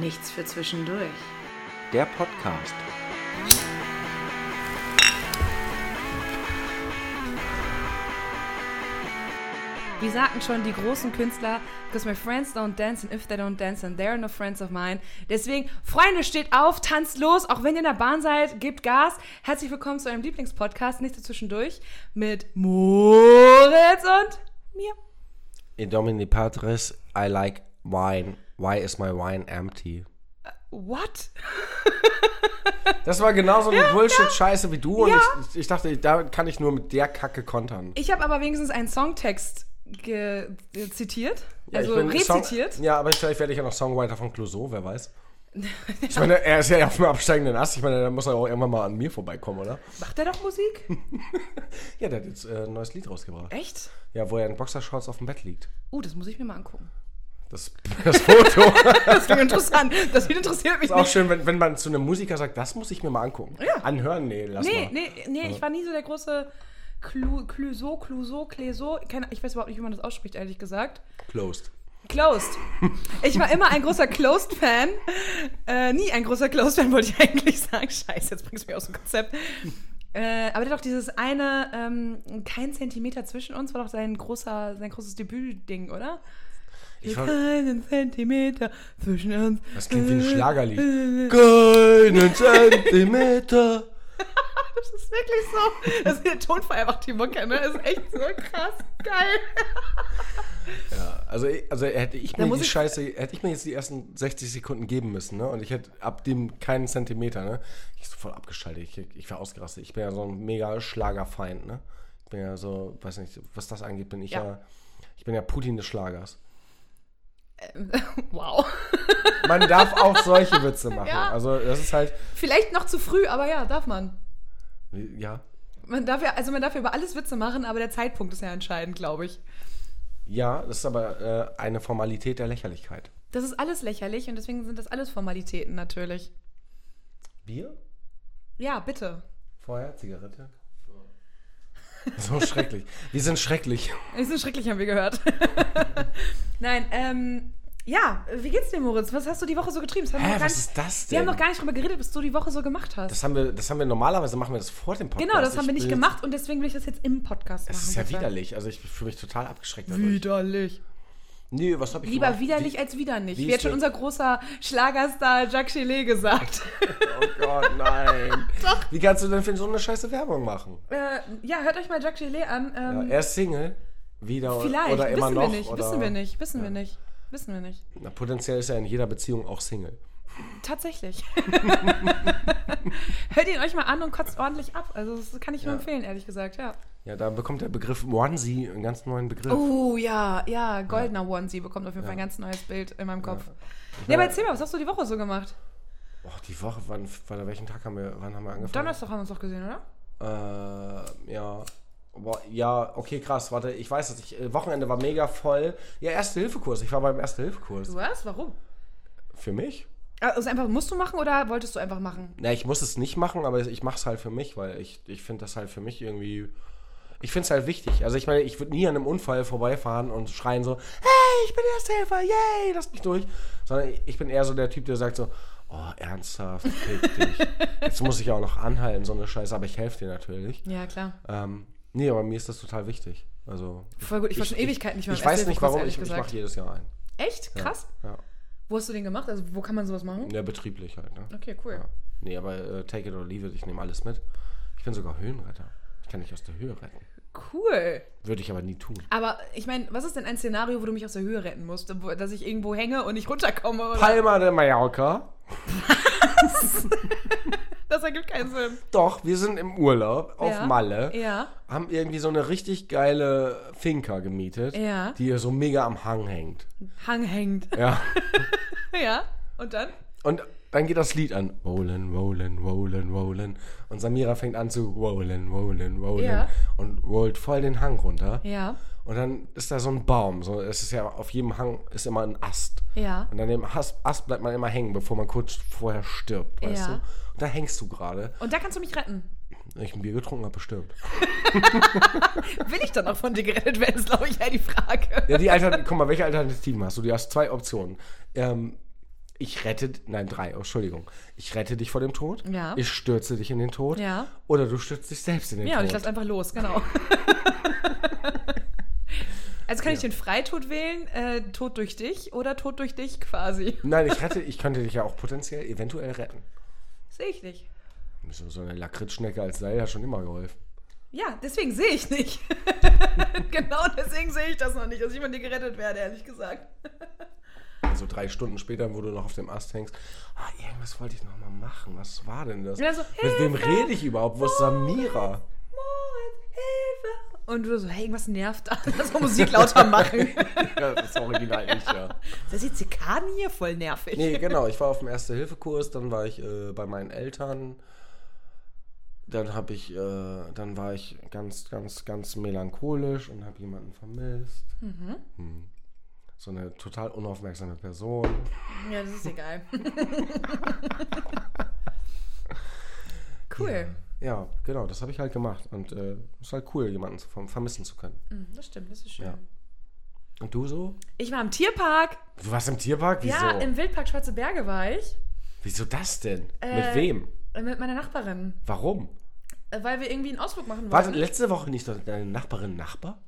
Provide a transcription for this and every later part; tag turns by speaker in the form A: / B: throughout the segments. A: Nichts für zwischendurch.
B: Der Podcast.
C: Wie sagten schon die großen Künstler, because my friends don't dance and if they don't dance then they're no friends of mine. Deswegen, Freunde, steht auf, tanzt los, auch wenn ihr in der Bahn seid, gebt Gas. Herzlich willkommen zu eurem Lieblingspodcast, nicht dazwischendurch, mit Moritz und mir.
D: Indomini Patris, I like wine. Why is my wine empty?
C: What?
D: Das war genauso eine Bullshit-Scheiße wie du und ich, ich dachte, da kann ich nur mit der Kacke kontern.
C: Ich habe aber wenigstens einen Songtext ge äh, zitiert,
D: ich
C: also
D: bin Song-
C: rezitiert.
D: Ja, aber vielleicht werde ich ja noch Songwriter von Clouseau, wer weiß. Ich meine, er ist ja auf dem absteigenden Ast. Ich meine, da muss er auch irgendwann mal an mir vorbeikommen, oder?
C: Macht er doch Musik?
D: Ja, der hat jetzt äh, ein neues Lied rausgebracht.
C: Echt?
D: Ja, wo er in Boxershorts auf dem Bett liegt.
C: Uh, das muss ich mir mal angucken.
D: Das, das Foto.
C: Das klingt interessant. Das Lied interessiert mich
D: ist auch
C: nicht.
D: schön, wenn, wenn man zu einem Musiker sagt, das muss ich mir mal angucken.
C: Ja.
D: Anhören? Nee, lass
C: Nee,
D: mal.
C: nee, nee,
D: Also
C: ich war nie so der große Clu- Clueso, Clueso, Cleso. Keine- Ich weiß überhaupt nicht, wie man das ausspricht, ehrlich gesagt.
D: Closed.
C: Closed. Ich war immer ein großer Closed-Fan. Äh, nie ein großer Closed-Fan, wollte ich eigentlich sagen. Scheiße, jetzt bringst du mich aus dem Konzept. Äh, aber der hat doch dieses eine, ähm, kein Zentimeter zwischen uns, war doch sein, großer, sein großes Debütding, oder?
D: Ich war-
C: Keinen Zentimeter zwischen uns. Äh,
D: Das klingt wie ein Schlagerlied. Keinen Zentimeter.
C: Das ist wirklich so. Das ist der Tonfall einfach die Mucke, ne? Das ist echt so krass geil.
D: Also, ich- also hätte ich
C: Da
D: mir
C: muss
D: die
C: ich-
D: Scheiße, hätte ich mir jetzt die ersten 60 Sekunden geben müssen, ne? Und ich hätte ab dem keinen Zentimeter, ne? Ich so voll abgeschaltet, ich, ich war ausgerastet. Ich bin ja so ein mega Schlagerfeind, ne? Ich bin ja so, weiß nicht, was das angeht, bin ich
C: Ja.
D: ja, ich bin ja Putin des Schlagers.
C: Wow.
D: Man darf auch solche Witze machen.
C: Ja.
D: Also das ist halt,
C: Vielleicht noch zu früh, aber ja, darf man.
D: ja,
C: Man darf ja, also man darf ja über alles Witze machen, aber der Zeitpunkt ist ja entscheidend, glaube ich.
D: ja, das ist aber äh, eine Formalität der Lächerlichkeit.
C: Das ist alles lächerlich und deswegen sind das alles Formalitäten natürlich.
D: Bier?
C: Ja, bitte.
D: Vorher Zigarette? So schrecklich. Wir sind schrecklich.
C: Das ist schrecklich, haben wir gehört. Nein, ähm, ja, wie geht's dir, Moritz? Was hast du die Woche so getrieben? Das haben wir
D: Hä,
C: noch gar
D: was
C: nicht-
D: ist das
C: Wir
D: denn?
C: haben noch gar nicht drüber geredet, was du die Woche so gemacht hast.
D: Das haben wir, das haben wir normalerweise machen wir das vor dem Podcast.
C: genau, das haben
D: Ich
C: wir nicht
D: bin-
C: gemacht und deswegen will ich das jetzt im Podcast machen.
D: Das ist ja
C: bitte.
D: widerlich. Also ich fühle mich total abgeschreckt dadurch.
C: Widerlich.
D: Nee, was habe ich
C: Lieber
D: gemacht?
C: widerlich
D: Wie-
C: als wieder nicht.
D: wie
C: Wie,
D: ist
C: hat schon
D: denn-
C: unser großer Schlagerstar Jacques Chile gesagt.
D: Oh Gott, nein. Doch. Wie kannst du denn für so eine scheiße Werbung machen?
C: äh, ja, hört euch mal Jacques Chile an.
D: Ja,
C: Ähm,
D: er ist Single. Wieder
C: vielleicht.
D: oder immer
C: wissen
D: noch.
C: wir nicht.
D: oder,
C: Wissen wir nicht. Wissen wir nicht. Wissen wir nicht.
D: Na, potenziell ist er in jeder Beziehung auch Single.
C: Tatsächlich. hört ihn euch mal an und kotzt ordentlich ab. Also das kann ich nur
D: Ja.
C: empfehlen, ehrlich gesagt. Ja.
D: Ja, da bekommt der Begriff Onesie einen ganz neuen Begriff.
C: Oh ja, ja. Goldener Onesie bekommt auf jeden Fall ein ganz neues Bild in meinem Kopf. Nee, aber erzähl mal, was hast du die Woche so gemacht?
D: Boah, Oh, die Woche, wann, wann, welchen Tag haben wir, wann haben wir angefangen?
C: Donnerstag haben wir uns doch gesehen, oder?
D: Äh, ja. Boah, ja, okay, krass, warte, ich weiß es. Ich, äh, Wochenende war mega voll. Ja, Erste-Hilfe-Kurs. Ich war beim Erste-Hilfe-Kurs.
C: Was? Warum?
D: Für mich?
C: Also einfach musst du machen oder wolltest du einfach machen?
D: Na, ich muss es nicht machen, aber ich mache es halt für mich, weil ich, ich finde das halt für mich irgendwie. Ich finde es halt wichtig. Also ich meine, ich würde nie an einem Unfall vorbeifahren und schreien so, hey, ich bin Ersthelfer, yay, lass mich durch. Sondern ich bin eher so der Typ, der sagt so, oh, ernsthaft, fick dich. Jetzt muss ich auch noch anhalten, so eine Scheiße, aber ich helfe dir natürlich.
C: Ja, klar.
D: Ähm, nee, aber mir ist das total wichtig. Also.
C: Voll gut, ich war schon Ewigkeiten nicht mehr im
D: Ich weiß
C: SDF
D: nicht
C: Kurs,
D: warum,
C: ehrlich
D: ich, ich
C: gesagt.
D: mache jedes Jahr einen.
C: Echt? Krass.
D: Ja,
C: Wo hast du den gemacht? Also, wo kann man sowas machen?
D: ja betrieblich halt, ne?
C: Okay, cool.
D: Ja. Nee, aber äh, take it or leave it, ich nehme alles mit. Ich bin sogar Höhenretter. Ich kann dich aus der Höhe retten.
C: Cool.
D: Würde ich aber nie tun.
C: Aber ich meine, was ist denn ein Szenario, wo du mich aus der Höhe retten musst? Wo- Dass ich irgendwo hänge und nicht runterkomme? Oder?
D: Palma de Mallorca.
C: Das ergibt keinen Sinn.
D: Doch, wir sind im Urlaub auf
C: Ja.
D: Malle.
C: Ja.
D: Haben irgendwie so eine richtig geile Finca gemietet,
C: Ja.
D: die so mega am Hang hängt.
C: Hang hängt.
D: Ja.
C: ja. Und dann?
D: Und dann geht das Lied an. Rollen, rollen, rollen, rollen. Und Samira fängt an zu rollen, rollen, rollen.
C: Ja.
D: Und rollt voll den Hang runter.
C: Ja.
D: Und dann ist da so ein Baum. So, es ist ja auf jedem Hang ist immer ein Ast.
C: Ja.
D: Und an dem Ast, Ast bleibt man immer hängen, bevor man kurz vorher stirbt, weißt
C: Ja.
D: du? Und da hängst du gerade.
C: Und da kannst du mich retten.
D: Wenn ich ein Bier getrunken habe, bestimmt.
C: Will ich dann auch von dir gerettet werden, ist, glaube ich, ja die Frage.
D: Ja, die Alternativen, guck mal, welche Alternativen hast du? Du hast zwei Optionen. Ähm, ich rette, nein, drei, oh, Entschuldigung. Ich rette dich vor dem Tod.
C: Ja.
D: Ich stürze dich in den Tod.
C: Ja.
D: Oder du stürzt dich selbst in den
C: Ja, und
D: Tod.
C: ich lasse einfach los, genau. also kann ich den Freitod wählen, äh, Tod durch dich oder Tod durch dich quasi.
D: nein, ich rette, ich könnte dich ja auch potenziell eventuell retten.
C: Sehe ich nicht.
D: So so eine Lakritzschnecke als Seil hat schon immer geholfen.
C: Ja, deswegen sehe ich nicht. genau deswegen sehe ich das noch nicht, dass ich von dir gerettet werde, ehrlich gesagt.
D: So drei Stunden später, wo du noch auf dem Ast hängst. Ah, irgendwas wollte ich noch mal machen. Was war denn das?
C: Ja, so,
D: Mit wem
C: Hilfe!
D: rede ich überhaupt? Wo ist Samira?
C: Moritz, Hilfe! Und du so, hey, irgendwas nervt da. Lass mal Musik lauter machen.
D: Ja, das ist original ich, ja.
C: Das sind Zikaden hier voll nervig.
D: Nee, genau. Ich war auf dem Erste-Hilfe-Kurs, dann war ich äh, bei meinen Eltern. Dann habe ich, äh, dann war ich ganz, ganz, ganz melancholisch und habe jemanden vermisst.
C: Mhm.
D: Hm. So eine total unaufmerksame Person.
C: Ja, das ist egal. cool.
D: Ja, genau, das habe ich halt gemacht. Und äh, ist halt cool, jemanden zu verm- vermissen zu können.
C: Mhm, Das stimmt, das ist schön.
D: Ja. Und du so?
C: Ich war im Tierpark.
D: Du warst im Tierpark? Wieso?
C: Ja, im Wildpark Schwarze Berge war ich.
D: Wieso das denn?
C: Äh,
D: Mit wem?
C: äh, Mit meiner Nachbarin.
D: Warum?
C: Äh, Weil wir irgendwie einen Ausflug machen
D: War
C: wollten.
D: letzte Woche nicht noch deine Nachbarin Nachbar?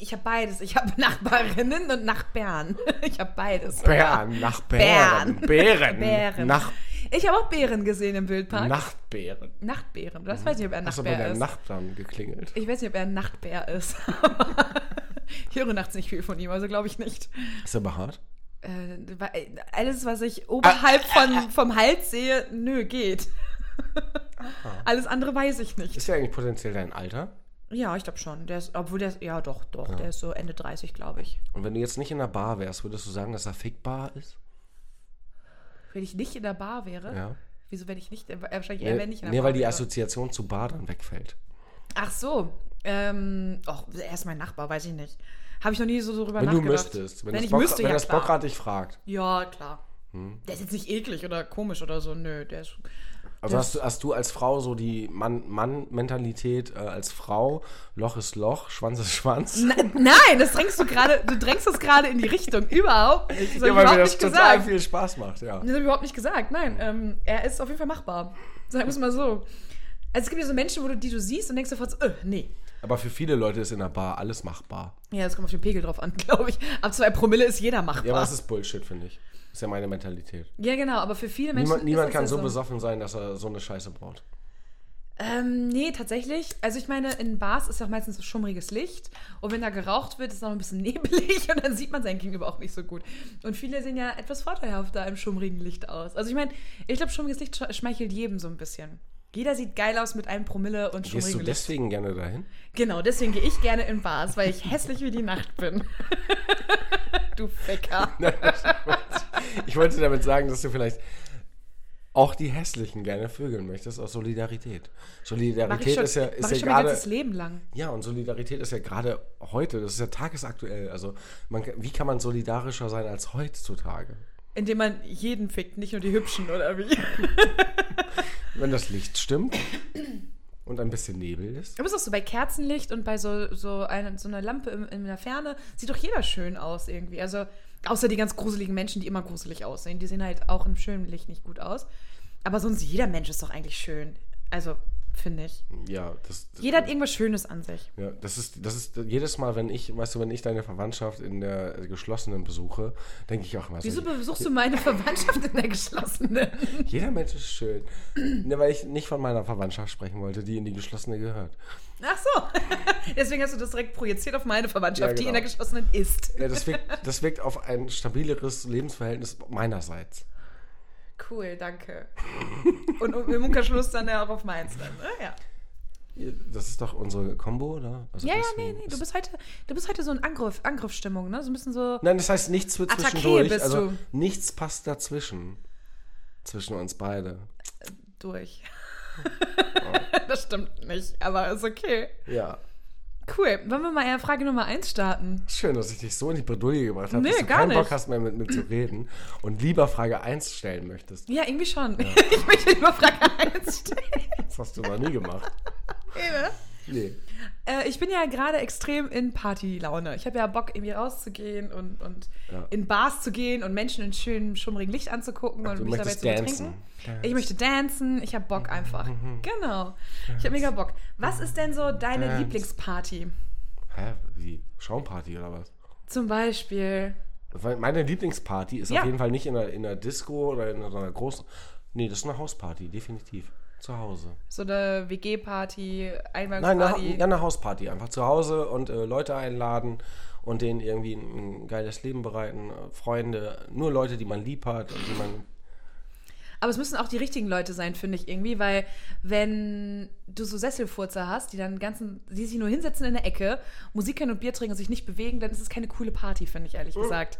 C: Ich habe beides. Ich habe Nachbarinnen und Nachbarn. Ich habe beides.
D: Bären, Nachbären.
C: Bären.
D: Bären.
C: Bären.
D: Nach
C: Ich habe auch Bären gesehen im Wildpark.
D: Nachtbären.
C: Nachtbären.
D: Mhm.
C: Das weiß ich, ob er ein
D: Hast du bei
C: Nachtbär
D: deinem
C: ist.
D: Nachbarn geklingelt?
C: ich weiß nicht, ob er ein Nachtbär ist. ich höre nachts nicht viel von ihm, also glaube ich nicht.
D: Ist er behaart?
C: Äh, weil- alles, was ich oberhalb
D: Ah.
C: von, vom Hals sehe, nö, geht. Alles andere weiß ich nicht.
D: Ist er eigentlich potenziell dein Alter?
C: Ja, ich glaube schon. Der ist, obwohl der ist, ja doch, doch, der ist so Ende 30, glaube ich.
D: Und wenn du jetzt nicht in der Bar wärst, würdest du sagen, dass er fickbar ist?
C: Wenn ich nicht in der Bar wäre,
D: Ja.
C: wieso wenn ich nicht, äh, wahrscheinlich eher, wenn ich in der
D: nee,
C: Bar
D: weil die
C: wäre.
D: Assoziation zu Bar dann wegfällt.
C: Ach so. Ähm, och, er ist mein Nachbar, weiß ich nicht. Habe ich noch nie so so drüber
D: Wenn du
C: nachgedacht.
D: müsstest.
C: Wenn,
D: das
C: ich
D: Bock- Hm.
C: müsste,
D: wenn
C: ja
D: das
C: klar.
D: Bockrad dich fragt.
C: Ja, klar. Der ist jetzt nicht eklig oder komisch oder so. Nö, der ist...
D: Also hast du, hast du als Frau so die Mann- Mann-Mentalität äh, als Frau, Loch ist Loch, Schwanz ist Schwanz?
C: Na, nein, das drängst du gerade, du drängst das gerade in die Richtung. Überhaupt nicht. Das hab ich überhaupt nicht
D: total
C: gesagt.
D: viel Spaß macht, ja.
C: Das habe ich überhaupt nicht gesagt. Nein, ähm, er ist auf jeden Fall machbar. Sagen wir es mal so. Also es gibt ja so Menschen, wo du, die du siehst und denkst sofort so, äh, nee.
D: Aber für viele Leute ist in der Bar alles machbar.
C: Ja, das kommt auf den Pegel drauf an, glaube ich. Ab zwei Promille ist jeder machbar.
D: Ja, aber das ist Bullshit, finde ich. Ist ja meine Mentalität.
C: Ja, genau, aber für viele Menschen.
D: Niemand,
C: ist
D: niemand
C: das
D: kann
C: ja
D: so besoffen sein, dass er so eine Scheiße braucht.
C: Ähm, nee, tatsächlich. Also ich meine, in Bars ist ja auch meistens so schummriges Licht. Und wenn da geraucht wird, ist auch noch ein bisschen nebelig und dann sieht man sein Gegenüber auch nicht so gut. Und viele sehen ja etwas vorteilhafter im schummrigen Licht aus. Also ich meine, ich glaube, schummriges Licht sch- schmeichelt jedem so ein bisschen. Jeder sieht geil aus mit einem Promille und
D: Gehst du
C: schummrigem Licht.
D: deswegen gerne dahin?
C: Genau, deswegen gehe ich gerne in Bars, weil ich hässlich wie die Nacht bin. du Fecker.
D: Ich wollte damit sagen, dass du vielleicht auch die Hässlichen gerne vögeln möchtest, aus Solidarität.
C: Mach ich
D: Solidarität
C: schon,
D: ist ja,
C: mach
D: ist ja
C: ich schon mein
D: gerade.
C: ganzes Leben lang.
D: Ja, und Solidarität ist ja gerade heute, das ist ja tagesaktuell. Also, man, kann- wie kann man solidarischer sein als heutzutage?
C: Indem man jeden fickt, nicht nur die Hübschen oder wie.
D: Wenn das Licht stimmt und ein bisschen Nebel ist.
C: Du bist auch so bei Kerzenlicht und bei so, so, einer so einer Lampe in, in der Ferne sieht doch jeder schön aus irgendwie. Also, außer die ganz gruseligen Menschen, die immer gruselig aussehen. Die sehen halt auch im schönen Licht nicht gut aus. Aber sonst jeder Mensch ist doch eigentlich schön. Also, finde ich.
D: Ja, das, das
C: Jeder hat irgendwas Schönes an sich.
D: Ja, das ist, das ist jedes Mal, wenn ich, weißt du, wenn ich deine Verwandtschaft in der äh, geschlossenen besuche, denke ich auch immer so,
C: Wieso besuchst du meine Verwandtschaft in der geschlossenen?
D: jeder Mensch ist schön. ne, weil ich nicht von meiner Verwandtschaft sprechen wollte, die in die geschlossene gehört.
C: Ach so. Deswegen hast du das direkt projiziert auf meine Verwandtschaft,
D: Ja,
C: die in
D: genau.
C: der geschlossenen ist.
D: Ja, das wirkt, das wirkt auf ein stabileres Lebensverhältnis meinerseits.
C: Cool, danke. Und im Umkehrschluss dann ja auch auf meins dann. ne? Ja.
D: Das ist doch unsere Kombo, oder? Also
C: Ja, ja, nee,
D: deswegen
C: nee.
D: ist-
C: Du bist heute, du bist heute so in Angriff, Angriffsstimmung, ne? So ein bisschen so.
D: Nein, das heißt, nichts wird
C: Attaqué
D: zwischendurch.
C: bist
D: also
C: du.
D: nichts passt dazwischen. Zwischen uns beide.
C: durch. das stimmt nicht, aber ist okay.
D: Ja.
C: Cool. Wollen wir mal eher Frage Nummer 1 starten?
D: Schön, dass ich dich so in die Bredouille gebracht habe,
C: Nee,
D: dass du
C: gar
D: keinen Bock
C: nicht.
D: hast, mehr mit mir zu reden und lieber Frage 1 stellen möchtest.
C: Ja, irgendwie schon. ich möchte lieber Frage 1 stellen.
D: Das hast du noch nie gemacht.
C: Ewe.
D: Nee.
C: Äh, ich bin ja gerade extrem in Partylaune. Ich habe ja Bock, irgendwie rauszugehen und, und
D: Ja.
C: in Bars zu gehen und Menschen in schönem, schummrigen Licht anzugucken
D: Du
C: und mich dabei
D: möchtest
C: zu betrinken.
D: dancen. Mhm,
C: Ich möchte dancen. Ich habe Bock einfach. Genau. Ich habe mega Bock. Was ist denn so deine
D: Dance.
C: Lieblingsparty?
D: Hä? Wie? Schaumparty oder was?
C: Zum Beispiel.
D: Weil Meine Lieblingsparty ist
C: Ja.
D: auf jeden Fall nicht in einer, in einer Disco oder in so einer großen. Nee, das ist eine Hausparty, definitiv. Zu Hause.
C: So eine WG-Party,
D: Nein, eine,
C: Einweihungsparty.
D: ja, eine Hausparty. Einfach zu Hause und äh, Leute einladen und denen irgendwie ein, ein geiles Leben bereiten. äh, Freunde, nur Leute, die man lieb hat und die man.
C: Aber es müssen auch die richtigen Leute sein, finde ich irgendwie, weil wenn du so Sesselfurzer hast, die dann ganzen, die sich nur hinsetzen in der Ecke, Musik hören und Bier trinken und sich nicht bewegen, dann ist es keine coole Party, finde ich ehrlich gesagt.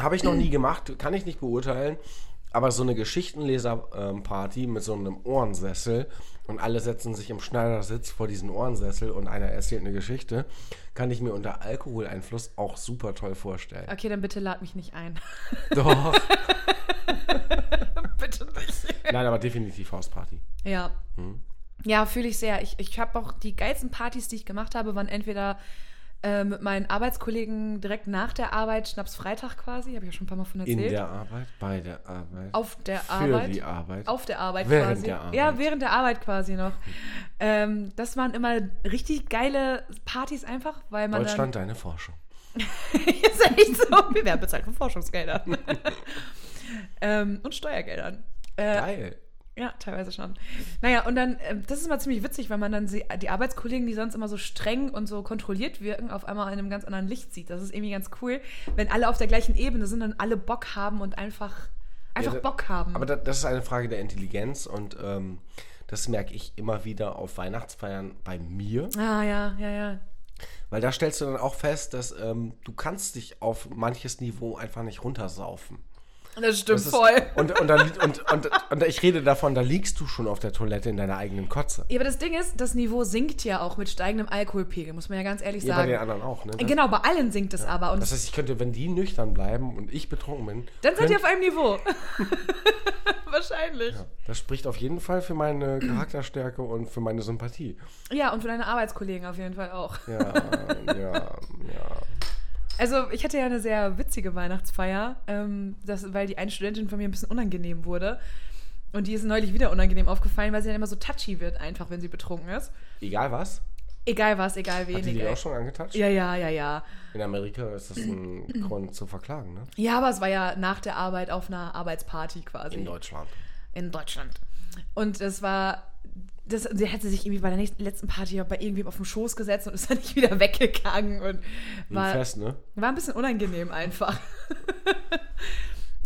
D: Habe ich noch nie gemacht, kann ich nicht beurteilen. Aber so eine Geschichtenleser-Party ähm, mit so einem Ohrensessel und alle setzen sich im Schneidersitz vor diesen Ohrensessel und einer erzählt eine Geschichte, kann ich mir unter Alkoholeinfluss auch super toll vorstellen.
C: Okay, dann bitte lad mich nicht ein.
D: Doch.
C: bitte nicht.
D: Nein, aber definitiv Hausparty.
C: Ja.
D: Hm.
C: Ja, fühle ich sehr. Ich, ich habe auch die geilsten Partys, die ich gemacht habe, waren entweder äh, mit meinen Arbeitskollegen direkt nach der Arbeit, Schnaps Freitag quasi, habe ich ja schon ein paar Mal von erzählt.
D: In der Arbeit, bei der Arbeit.
C: auf der
D: für
C: Arbeit.
D: die Arbeit.
C: Auf der Arbeit
D: Während
C: quasi.
D: der Arbeit.
C: Ja, während der Arbeit quasi noch. Ähm, das waren immer richtig geile Partys einfach, weil man
D: Deutschland, deine Forschung.
C: dann... ist echt so, wir werden bezahlt von Forschungsgeldern. ähm, und Steuergeldern. Äh,
D: Geil.
C: ja, teilweise schon. Naja, und dann, ähm, das ist immer ziemlich witzig, weil man dann sie, die Arbeitskollegen, die sonst immer so streng und so kontrolliert wirken, auf einmal in einem ganz anderen Licht sieht. Das ist irgendwie ganz cool, wenn alle auf der gleichen Ebene sind und alle Bock haben und einfach, einfach
D: Ja, da-
C: Bock haben.
D: Aber da, das ist eine Frage der Intelligenz und ähm, das merke ich immer wieder auf Weihnachtsfeiern bei mir.
C: ah, ja, ja, ja.
D: Weil da stellst du dann auch fest, dass ähm, du kannst dich auf manches Niveau einfach nicht runtersaufen.
C: Das stimmt
D: Das ist-
C: voll.
D: Und, und, dann, und, und, und ich rede davon, da liegst du schon auf der Toilette in deiner eigenen Kotze.
C: Ja, aber das Ding ist, das Niveau sinkt ja auch mit steigendem Alkoholpegel, muss man ja ganz ehrlich
D: Ja, bei
C: sagen.
D: den anderen auch, ne? Das-
C: genau, bei allen sinkt es aber. Und
D: Das heißt, ich könnte, wenn die nüchtern bleiben und ich betrunken bin,
C: dann seid
D: könnt-
C: ihr auf einem Niveau. Wahrscheinlich. Ja.
D: Das spricht auf jeden Fall für meine Charakterstärke und für meine Sympathie.
C: und für deine Arbeitskollegen auf jeden Fall auch.
D: Ja, ja, ja.
C: Also, ich hatte ja eine sehr witzige Weihnachtsfeier, ähm, das, weil die eine Studentin von mir ein bisschen unangenehm wurde. Und die ist neulich wieder unangenehm aufgefallen, weil sie dann immer so touchy wird, einfach, wenn sie betrunken ist.
D: Egal was.
C: Egal was, egal wen.
D: Hat die dich
C: egal.
D: auch schon angetatscht?
C: Ja, ja, ja, ja.
D: In Amerika ist das ein Grund zu verklagen, ne?
C: Ja, aber es war ja nach der Arbeit auf einer Arbeitsparty quasi.
D: In Deutschland.
C: in Deutschland. Und das war. Das, sie hätte sich irgendwie bei der nächsten, letzten Party bei irgendwem auf den Schoß gesetzt und ist dann nicht wieder weggegangen. Und
D: Ein
C: war,
D: Fest, ne?
C: war ein bisschen unangenehm einfach.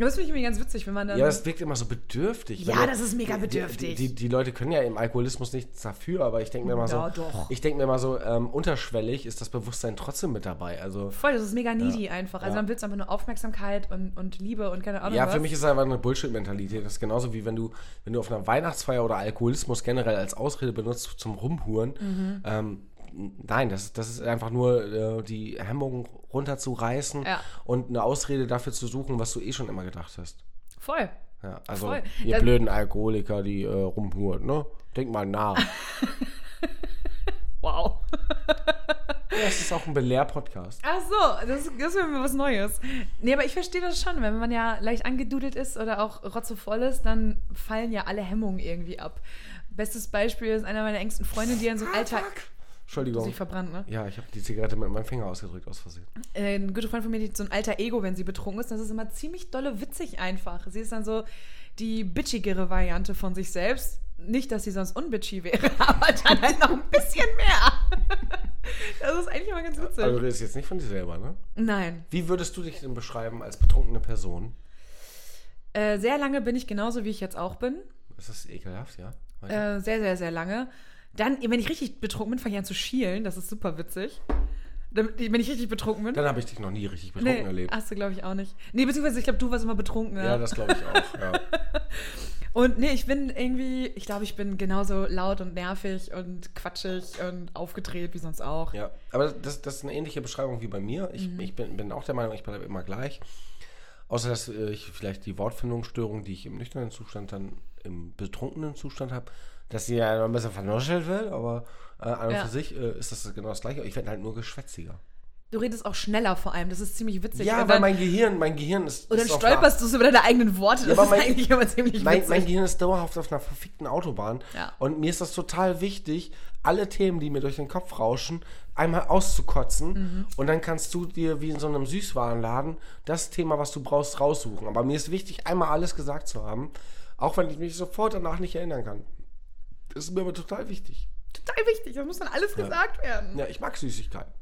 C: Aber das finde ich irgendwie ganz witzig, wenn man dann.
D: Ja, das wirkt immer so bedürftig.
C: ähm, Ja,
D: wenn du-
C: das ist mega
D: die-
C: bedürftig.
D: Die, die, die Leute können ja im Alkoholismus nichts dafür, aber ich denke mir mal so,
C: Ja, doch.
D: ich denke mir mal so, ähm, unterschwellig ist das Bewusstsein trotzdem mit dabei. Also
C: voll, das ist mega needy einfach. Also
D: Ja.
C: dann willst du einfach nur Aufmerksamkeit und, und Liebe und keine Ahnung.
D: Ja,
C: was.
D: für mich ist es einfach eine Bullshit-Mentalität. Das ist genauso wie wenn du, wenn du auf einer Weihnachtsfeier oder Alkoholismus generell als Ausrede benutzt zum Rumhuren.
C: Mhm.
D: Ähm, nein, das, das ist einfach nur äh, die Hemmung runterzureißen
C: Ja.
D: und eine Ausrede dafür zu suchen, was du eh schon immer gedacht hast.
C: Voll.
D: Ja, also
C: Voll.
D: ihr
C: Dann-
D: blöden Alkoholiker, die äh, rumhuren, ne? Denk mal nach.
C: Wow.
D: das ist auch ein Belehr-Podcast.
C: Ach so, das, das wäre mir was Neues. Nee, aber ich verstehe das schon. Wenn man ja leicht angedudelt ist oder auch rotzevoll ist, dann fallen ja alle Hemmungen irgendwie ab. Bestes Beispiel ist einer meiner engsten Freunde, die in so einem Alter
D: Entschuldigung.
C: sich verbrannt, ne?
D: Ja, ich habe die Zigarette mit meinem Finger ausgedrückt aus Versehen.
C: Äh, Ein guter Freund von mir, die hat so ein alter Ego, wenn sie betrunken ist, das ist immer ziemlich dolle witzig einfach. Sie ist dann so die bitchigere Variante von sich selbst. Nicht, dass sie sonst unbitchy wäre, aber dann halt noch ein bisschen mehr. Das ist eigentlich immer ganz witzig.
D: Also du redest jetzt nicht von dir selber, ne?
C: Nein.
D: Wie würdest du dich denn beschreiben als betrunkene Person?
C: Äh, sehr lange bin ich genauso, wie ich jetzt auch bin.
D: Ist das ekelhaft, ja? Weiter.
C: Äh, sehr, sehr, sehr lange. Dann, wenn ich richtig betrunken bin, fange ich an zu schielen. Das ist super witzig. Dann- Wenn ich richtig betrunken bin.
D: Dann habe ich dich noch nie richtig betrunken erlebt.
C: Hast du, glaube ich, auch nicht. Nee, beziehungsweise ich glaube, du warst immer betrunken. ne?
D: ja, das glaube ich auch. Ja.
C: und nee, ich bin irgendwie, ich glaube, ich bin genauso laut und nervig und quatschig und aufgedreht wie sonst auch.
D: ja.
C: Mhm.
D: Aber das, das ist eine ähnliche Beschreibung wie bei mir. Ich, ich bin, bin auch der Meinung, ich bleibe immer gleich. Außer, dass äh, ich vielleicht die Wortfindungsstörung, die ich im nüchternen Zustand dann im betrunkenen Zustand habe, dass sie ja ein bisschen vernuschelt wird, aber äh, an und
C: Ja.
D: für sich äh, ist das genau das Gleiche. Ich werde halt nur geschwätziger.
C: Du redest auch schneller vor allem, das ist ziemlich witzig.
D: Ja,
C: und
D: weil
C: dann,
D: mein Gehirn, mein Gehirn ist.
C: und dann
D: ist auf
C: stolperst du so über deine eigenen Worte, das
D: aber
C: ist
D: mein-
C: eigentlich immer ziemlich
D: Mein,
C: witzig.
D: mein Gehirn ist dauerhaft auf einer verfickten Autobahn.
C: Ja.
D: Und mir ist das total wichtig, alle Themen, die mir durch den Kopf rauschen, einmal auszukotzen.
C: Mhm.
D: Und dann kannst du dir wie in so einem Süßwarenladen das Thema, was du brauchst, raussuchen. Aber mir ist wichtig, einmal alles gesagt zu haben, auch wenn ich mich sofort danach nicht erinnern kann. Das ist mir aber total wichtig.
C: Total wichtig, das muss dann alles gesagt werden.
D: Ja, ich mag Süßigkeiten.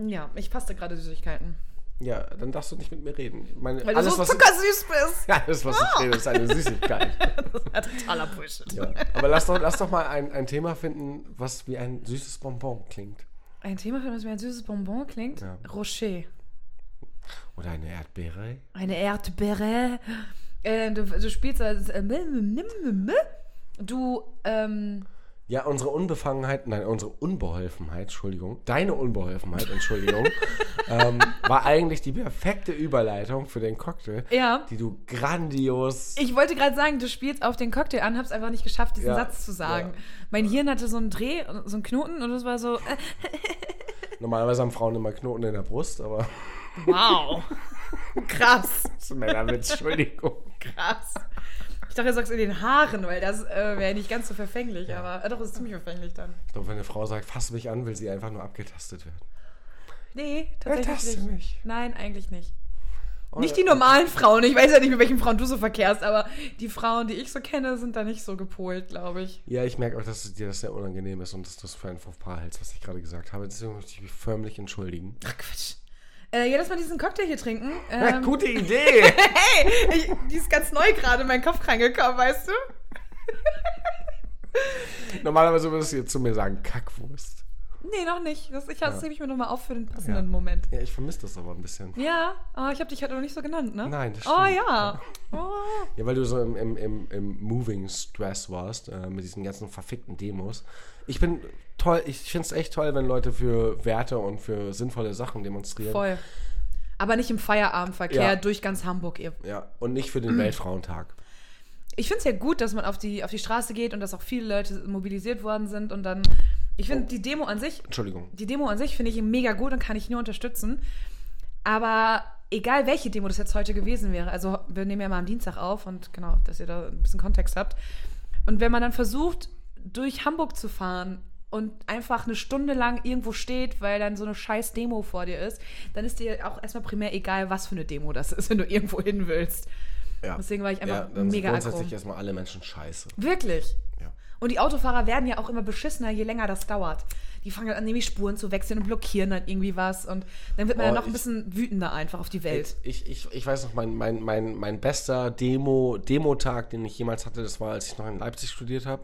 C: Ja, ich faste gerade Süßigkeiten.
D: Ja, dann darfst du nicht mit mir reden. Meine,
C: Weil
D: alles,
C: du so
D: was
C: zuckersüß bist.
D: ich, alles, was ich rede, ist eine Süßigkeit.
C: Ja, totaler Bullshit.
D: Ja. Aber lass doch, lass doch mal ein, ein Thema finden, was wie ein süßes Bonbon klingt.
C: Ein Thema, für das mir ein süßes Bonbon klingt?
D: Ja.
C: Rocher.
D: Oder eine Erdbeere.
C: Eine Erdbeere. Äh, du, du spielst als. Äh, du, ähm.
D: Ja, unsere Unbefangenheit, nein, unsere Unbeholfenheit, Entschuldigung, deine Unbeholfenheit, Entschuldigung, ähm, war eigentlich die perfekte Überleitung für den Cocktail,
C: Ja.
D: die du grandios.
C: Ich wollte gerade sagen, du spielst auf den Cocktail an, hab's einfach nicht geschafft, diesen
D: Ja,
C: Satz zu sagen.
D: ja.
C: Mein Hirn hatte so einen Dreh, so einen Knoten und es war so, äh,
D: Normalerweise haben Frauen immer Knoten in der Brust, aber
C: wow. krass,
D: das ist ein Männerwitz, Entschuldigung.
C: krass. Ich dachte, du sagst in den Haaren, weil das äh, wäre nicht ganz so verfänglich, aber äh, doch, ist ziemlich verfänglich dann.
D: Ich glaube, wenn eine Frau sagt, fass mich an, will sie einfach nur abgetastet werden.
C: Nee, tatsächlich
D: Ertaste
C: nicht.
D: mich.
C: Nein, eigentlich nicht.
D: Oh,
C: Nicht die normalen Frauen. Ich weiß ja nicht, mit welchen Frauen du so verkehrst, aber die Frauen, die ich so kenne, sind da nicht so gepolt, glaube ich.
D: Ja, ich merke auch, dass es dir das sehr unangenehm ist und dass du es für ein Fauxpas hältst, was ich gerade gesagt habe. Deswegen möchte ich mich förmlich entschuldigen.
C: Ach Quatsch. Äh, ja, dass wir diesen Cocktail hier trinken.
D: Na,
C: Ähm,
D: gute Idee!
C: hey, ich, die ist ganz neu gerade in meinen Kopf reingekommen, weißt du?
D: Normalerweise würdest du jetzt zu mir sagen, Kackwurst.
C: Nee, noch nicht. Das, ich, das
D: Ja.
C: hebe ich mir nochmal auf für den passenden
D: Ja.
C: Moment.
D: Ja, ich vermisse das aber ein bisschen.
C: Ja, aber ich habe dich halt noch nicht so genannt, ne?
D: Nein, das
C: Oh
D: stimmt.
C: ja. Oh.
D: Ja, weil du so im, im, im, im Moving Stress warst, äh, mit diesen ganzen verfickten Demos. Ich bin toll, ich finde es echt toll, wenn Leute für Werte und für sinnvolle Sachen demonstrieren.
C: Voll. Aber nicht im Feierabendverkehr
D: Ja.
C: durch ganz Hamburg, ihr
D: Ja, und nicht
C: Mhm.
D: für den Weltfrauentag.
C: ich finde es ja gut, dass man auf die, auf die Straße geht und dass auch viele Leute mobilisiert worden sind und dann. Ich finde die Demo an sich,
D: Entschuldigung.
C: die Demo an sich finde ich mega gut und kann ich nur unterstützen. Aber egal welche Demo das jetzt heute gewesen wäre, also wir nehmen ja mal am Dienstag auf und genau, dass ihr da ein bisschen Kontext habt. Und wenn man dann versucht, durch Hamburg zu fahren und einfach eine Stunde lang irgendwo steht, weil dann so eine scheiß Demo vor dir ist, dann ist dir auch erstmal primär egal, was für eine Demo das ist, wenn du irgendwo hin willst.
D: Ja.
C: Deswegen war ich einfach
D: dann sind
C: mega aggro.
D: grundsätzlich erstmal alle Menschen scheiße.
C: Wirklich.
D: Ja.
C: Und die Autofahrer werden ja auch immer beschissener, je länger das dauert. Die fangen dann an, nämlich Spuren zu wechseln und blockieren dann irgendwie was. Und dann wird man ja
D: Oh,
C: noch ein
D: ich-
C: bisschen wütender einfach auf die Welt.
D: Ich, ich, ich weiß noch, mein, mein, mein, mein bester Demo, Demotag, den ich jemals hatte, das war, als ich noch in Leipzig studiert habe.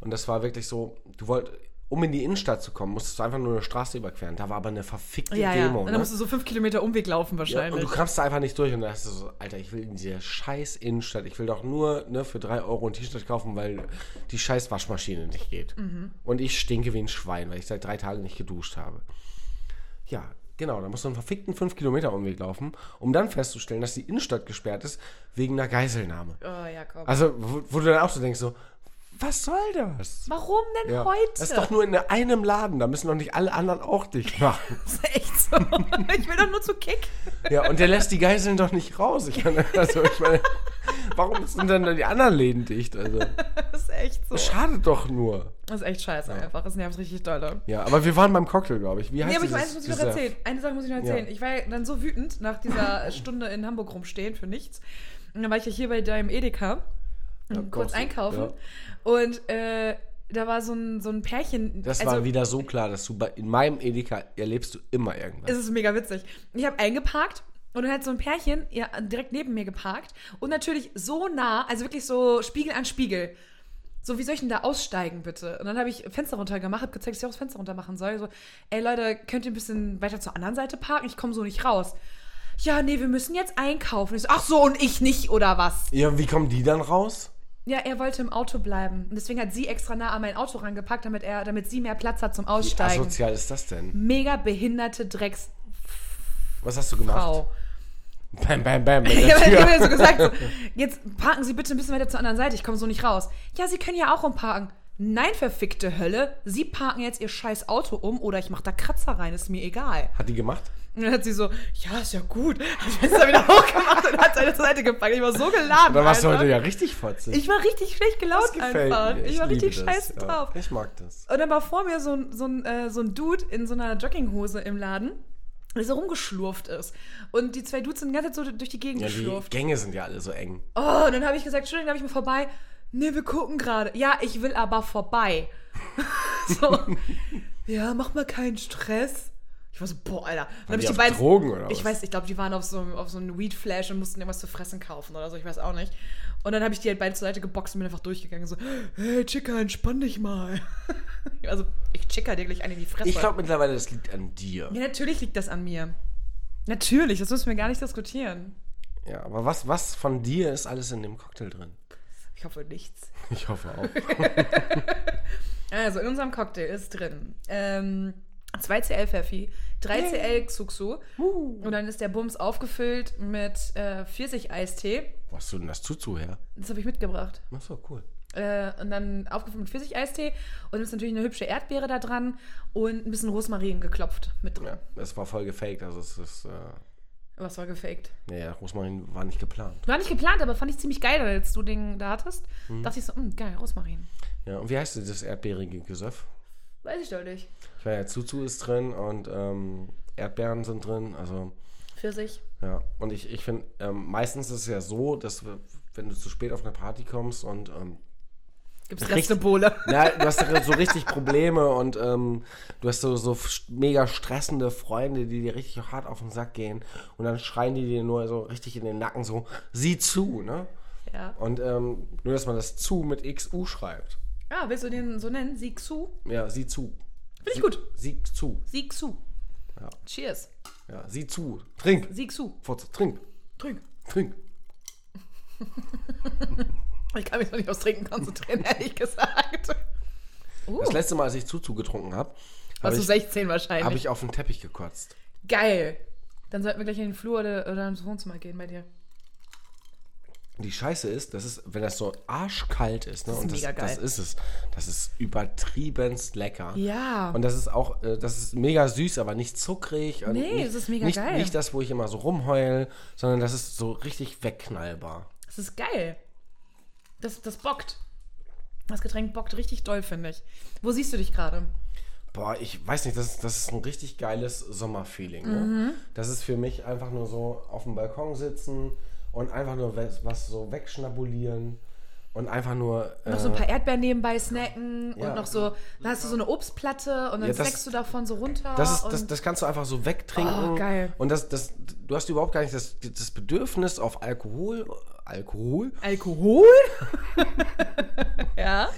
D: Und das war wirklich so, du wolltest, um in die Innenstadt zu kommen, musstest du einfach nur eine Straße überqueren. Da war aber eine verfickte
C: ja, ja.
D: Demo.
C: Und dann
D: ne?
C: musst du so fünf Kilometer Umweg laufen
D: ja, und
C: wahrscheinlich.
D: du kamst da einfach nicht durch und dachtest du so, Alter, ich will in diese scheiß Innenstadt. Ich will doch nur ne, für drei Euro ein T-Shirt kaufen, weil die scheiß Waschmaschine nicht geht. Und ich stinke wie ein Schwein, weil ich seit drei Tagen nicht geduscht habe. Ja, genau. Da musst du einen verfickten 5-Kilometer-Umweg laufen, um dann festzustellen, dass die Innenstadt gesperrt ist wegen einer Geiselnahme.
C: oh, ja, komm.
D: Also, wo, wo du dann auch so denkst, so, was soll das?
C: Warum denn
D: Ja,
C: heute?
D: Das ist doch nur in einem Laden, da müssen doch nicht alle anderen auch dicht machen.
C: Das ist echt so. ich will doch nur zu Kick.
D: Ja, und der lässt die Geiseln doch nicht raus. Ich meine, also, ich meine, warum sind dann die anderen Läden dicht? Also,
C: Das ist echt so.
D: das schadet doch nur.
C: Das ist echt scheiße einfach. Das nervt richtig doll.
D: Ja, aber wir waren beim Cocktail, glaube ich. Wie heißt
C: Nee, aber ich, eins
D: dieses,
C: muss ich noch
D: dieser-
C: erzählen. Eine Sache muss ich noch erzählen. Ich war ja dann so wütend nach dieser Stunde in Hamburg rumstehen für nichts. Und dann war ich ja hier bei deinem Edeka
D: Ja,
C: kurz
D: kaufst du,
C: einkaufen.
D: ja.
C: Und äh, da war so ein, so ein Pärchen.
D: Das
C: also,
D: war wieder so klar, dass du bei, in meinem Edeka erlebst du immer irgendwas.
C: Es ist mega witzig. Ich habe eingeparkt und dann hat so ein Pärchen ja, direkt neben mir geparkt. Und natürlich so nah, also wirklich so Spiegel an Spiegel. So, wie soll ich denn da aussteigen, bitte? Und dann habe ich Fenster runtergemacht, habe gezeigt, dass ich auch das Fenster runter machen soll. So, ey Leute, könnt ihr ein bisschen weiter zur anderen Seite parken? Ich komme so nicht raus. Ja, nee, wir müssen jetzt einkaufen. Ich so, ach so, und ich nicht, oder was?
D: Ja, wie kommen die dann raus?
C: Ja, er wollte im Auto bleiben. Und deswegen hat sie extra nah an mein Auto rangepackt, damit, er, damit sie mehr Platz hat zum
D: Wie
C: Aussteigen.
D: asozial ist das denn?
C: Mega behinderte Drecksfrau.
D: Was hast du gemacht? Bam, bam, bam. Mit
C: Ich
D: der
C: habe
D: Tür.
C: mir so gesagt, so, jetzt parken Sie bitte ein bisschen weiter zur anderen Seite, ich komme so nicht raus. Ja, Sie können ja auch umparken. Nein, verfickte Hölle, Sie parken jetzt Ihr scheiß Auto um oder ich mache da Kratzer rein, ist mir egal.
D: Hat die gemacht?
C: Und dann hat sie so, ja, ist ja gut. Hat das Fenster wieder hochgemacht und hat seine Seite gepackt. Ich war so geladen.
D: Dann warst du
C: Alter.
D: heute ja richtig fotzig.
C: Ich war richtig schlecht
D: Das
C: gelaunt
D: gefällt
C: einfach.
D: mir.
C: Ich war
D: liebe das,
C: richtig scheiße
D: ja.
C: drauf.
D: Ich mag das.
C: Und dann war vor mir so ein, so ein, äh, so ein Dude in so einer Jogginghose im Laden, der so rumgeschlurft ist. Und die zwei Dudes sind die ganze Zeit so durch die Gegend
D: Ja, die
C: geschlurft.
D: Gänge sind ja alle so eng.
C: Oh, und dann habe ich gesagt, Entschuldigung, darf ich mal vorbei? Nee, wir gucken gerade. Ja, ich will aber vorbei. so. Ja, mach mal keinen Stress. Ich war so, boah, Alter. Und dann hab
D: die
C: ich die
D: auf
C: beiden,
D: Drogen oder
C: Ich
D: was?
C: weiß, ich glaube, die waren auf so, einem- auf so einem Weed-Flash und mussten irgendwas zu fressen kaufen oder so, ich weiß auch nicht. Und dann habe ich die halt beide zur Seite geboxt und bin einfach durchgegangen. So, hey, Chica, entspann dich mal. also, ich chicker dir gleich einen in die Fresse.
D: Ich glaube mittlerweile, das liegt an dir.
C: ja, natürlich liegt das an mir. Natürlich, das müssen wir gar nicht diskutieren.
D: Ja, aber was, was von dir ist alles in dem Cocktail drin?
C: Ich hoffe, nichts.
D: Ich hoffe auch.
C: Also, in unserem Cocktail ist drin ähm, 2CL Pfeffi, 3CL Xuxu
D: Uh.
C: und dann ist der Bums aufgefüllt mit äh, Pfirsich-Eistee.
D: Wo hast du denn das Zuzu her?
C: Das habe ich mitgebracht.
D: Ach so, cool.
C: Äh, und dann aufgefüllt mit Pfirsich-Eistee und ist natürlich eine hübsche Erdbeere da dran und ein bisschen Rosmarin geklopft mit drin.
D: Ja, das war voll gefaked. Also es ist, äh,
C: Was war gefaked?
D: naja, Rosmarin war nicht geplant.
C: War nicht geplant, aber fand ich ziemlich geil, als du den da hattest.
D: Mhm.
C: Dachte ich so, mh, geil, Rosmarin.
D: Ja, und wie heißt das erdbeerige Gesöff?
C: Weiß ich doch nicht.
D: Ich meine, ja, Zuzu ist drin und ähm, Erdbeeren sind drin. Also,
C: Pfirsich.
D: ja. Und ich, ich finde, ähm, meistens ist es ja so, dass wir- wenn du zu spät auf eine Party kommst und ähm,
C: Gibt's
D: Richtig-
C: Restebowle.
D: Na, du hast so richtig Probleme und ähm, du hast so, so f- mega stressende Freunde, die dir richtig hart auf den Sack gehen und dann schreien die dir nur so richtig in den Nacken so, sieh zu, ne?
C: Ja.
D: Und ähm, nur, dass man das zu mit XU schreibt.
C: Ah, willst du den so nennen? Sieg zu?
D: Ja, sieh zu.
C: Finde ich gut.
D: Sieh zu.
C: Sieg zu.
D: Ja.
C: Cheers.
D: Ja, sieh zu. Trink.
C: Sieg zu.
D: Fotze, trink.
C: Trink.
D: Trink.
C: Ich kann mich noch nicht aufs Trinken konzentrieren, ehrlich gesagt. Uh,
D: Das letzte Mal, als ich Zuzu getrunken habe, habe
C: warst du
D: ich,
C: 16 wahrscheinlich.
D: hab ich auf den Teppich gekotzt.
C: Geil. Dann sollten wir gleich in den Flur oder, oder ins Wohnzimmer gehen bei dir.
D: Die Scheiße ist, das ist, wenn das so arschkalt ist, ne?
C: Das ist
D: und das,
C: mega geil.
D: das ist es. Das ist übertriebenst lecker.
C: Ja.
D: Und das ist auch, äh, das ist mega süß, aber nicht zuckrig. und
C: Nee,
D: nicht,
C: es ist mega
D: nicht,
C: geil.
D: Nicht das, wo ich immer so rumheul, sondern das ist so richtig wegknallbar.
C: Das ist geil. Das, das bockt. Das Getränk bockt richtig doll, finde ich. Wo siehst du dich gerade?
D: Boah, ich weiß nicht, das, ist- das ist ein richtig geiles Sommerfeeling. Ne?
C: Mhm.
D: Das ist für mich einfach nur so auf dem Balkon sitzen und einfach nur we- was so wegschnabulieren und einfach nur. äh,
C: Noch so ein paar Erdbeeren nebenbei snacken
D: ja.
C: und noch so, dann hast du so eine Obstplatte und dann
D: Ja, das-
C: snackst du davon so runter.
D: Das, ist,
C: und
D: das, das kannst du einfach so wegtrinken.
C: Oh, geil.
D: Und das, das, du hast überhaupt gar nicht das, das Bedürfnis auf Alkohol. Alkohol?
C: Alkohol? ja.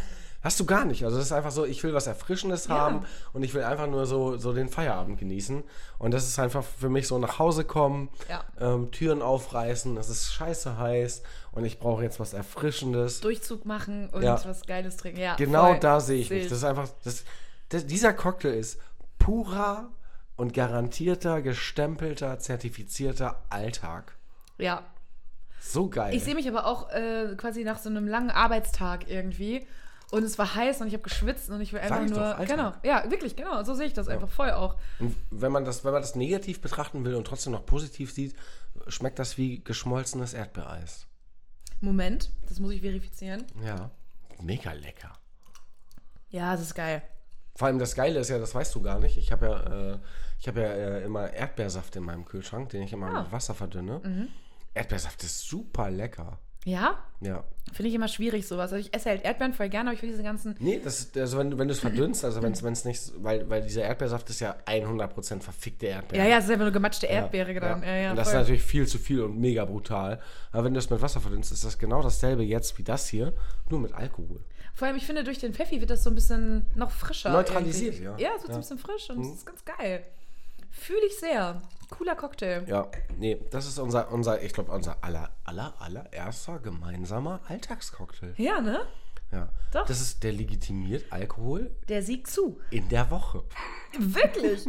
D: Hast du gar nicht. Also das ist einfach so, ich will was Erfrischendes haben und ich will einfach nur so, so den Feierabend genießen. Und das ist einfach für mich so nach Hause kommen,
C: Ja.
D: ähm, Türen aufreißen, es ist scheiße heiß und ich brauche jetzt was Erfrischendes.
C: Durchzug machen und
D: Ja.
C: was Geiles trinken. Ja,
D: genau
C: voll.
D: da sehe ich mich.
C: Sehe
D: Das ist einfach, das, das, dieser Cocktail ist purer und garantierter, gestempelter, zertifizierter Alltag.
C: Ja.
D: So geil.
C: Ich sehe mich aber auch äh, quasi nach so einem langen Arbeitstag irgendwie. Und es war heiß und ich habe geschwitzt und ich will einfach
D: ich
C: nur.
D: doch, Alltag.
C: genau, ja, wirklich, genau. So sehe ich das einfach voll auch.
D: Und wenn man, das, wenn man das negativ betrachten will und trotzdem noch positiv sieht, schmeckt das wie geschmolzenes Erdbeereis.
C: Moment, das muss ich verifizieren.
D: Ja. Mega lecker.
C: Ja, das ist geil.
D: Vor allem das Geile ist ja, das weißt du gar nicht. Ich habe ja, äh, ich hab ja äh, immer Erdbeersaft in meinem Kühlschrank, den ich immer
C: Ah.
D: mit Wasser verdünne.
C: Mhm.
D: Erdbeersaft ist super lecker.
C: Ja?
D: Ja.
C: Finde ich immer schwierig, sowas. Also ich esse halt Erdbeeren voll gerne, aber ich will diese ganzen.
D: Nee, das ist, also wenn, du- wenn du es verdünnst, also wenn es nicht, weil, weil dieser Erdbeersaft ist ja 100% verfickte Erdbeere.
C: Ja, ja, es ist einfach nur gematschte Erdbeere dann. Ja, ja,
D: und das
C: voll.
D: ist natürlich viel zu viel und mega brutal. Aber wenn du das mit Wasser verdünnst, ist das genau dasselbe jetzt wie das hier, nur mit Alkohol.
C: Vor allem, ich finde, durch den Pfeffi wird das so ein bisschen noch frischer.
D: Neutralisiert,
C: irgendwie.
D: ja.
C: Ja, es
D: Ja.
C: wird so
D: Mhm.
C: ein bisschen frisch und es ist ganz geil. Fühle ich sehr. Cooler Cocktail.
D: Ja, nee, das ist unser, unser ich glaube, unser aller, aller, allererster gemeinsamer Alltagscocktail.
C: Ja, ne?
D: Ja.
C: Doch.
D: Das ist, der legitimiert Alkohol
C: Der siegt zu.
D: in der Woche.
C: Wirklich.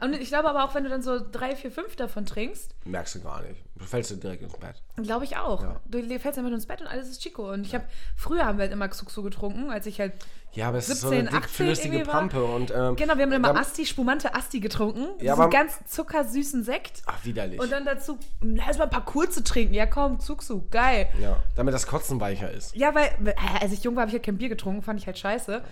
C: Und ich glaube aber auch, wenn du dann so drei, vier, fünf davon trinkst,
D: Merkst du gar nicht. Du fällst du direkt ins Bett.
C: glaube ich auch.
D: Ja.
C: Du fällst einfach nur ins Bett und alles ist Chico. Und ich habe, früher haben wir halt immer Xuxu getrunken, als ich halt
D: Ja, aber es ist so
C: 17,
D: eine
C: 18
D: dickflüssige
C: irgendwie war-
D: Pampe und ähm,
C: Genau, wir haben immer
D: dann-
C: Asti, spumante Asti getrunken.
D: Ja,
C: diesen
D: aber-
C: ganz zuckersüßen Sekt.
D: Ach, widerlich.
C: Und dann dazu, lass mal ein paar kurze trinken. Ja, komm, Zuxu, geil.
D: ja, damit das Kotzen weicher ist.
C: Ja, weil, äh, als ich jung war, habe ich halt kein Bier getrunken, fand ich halt scheiße.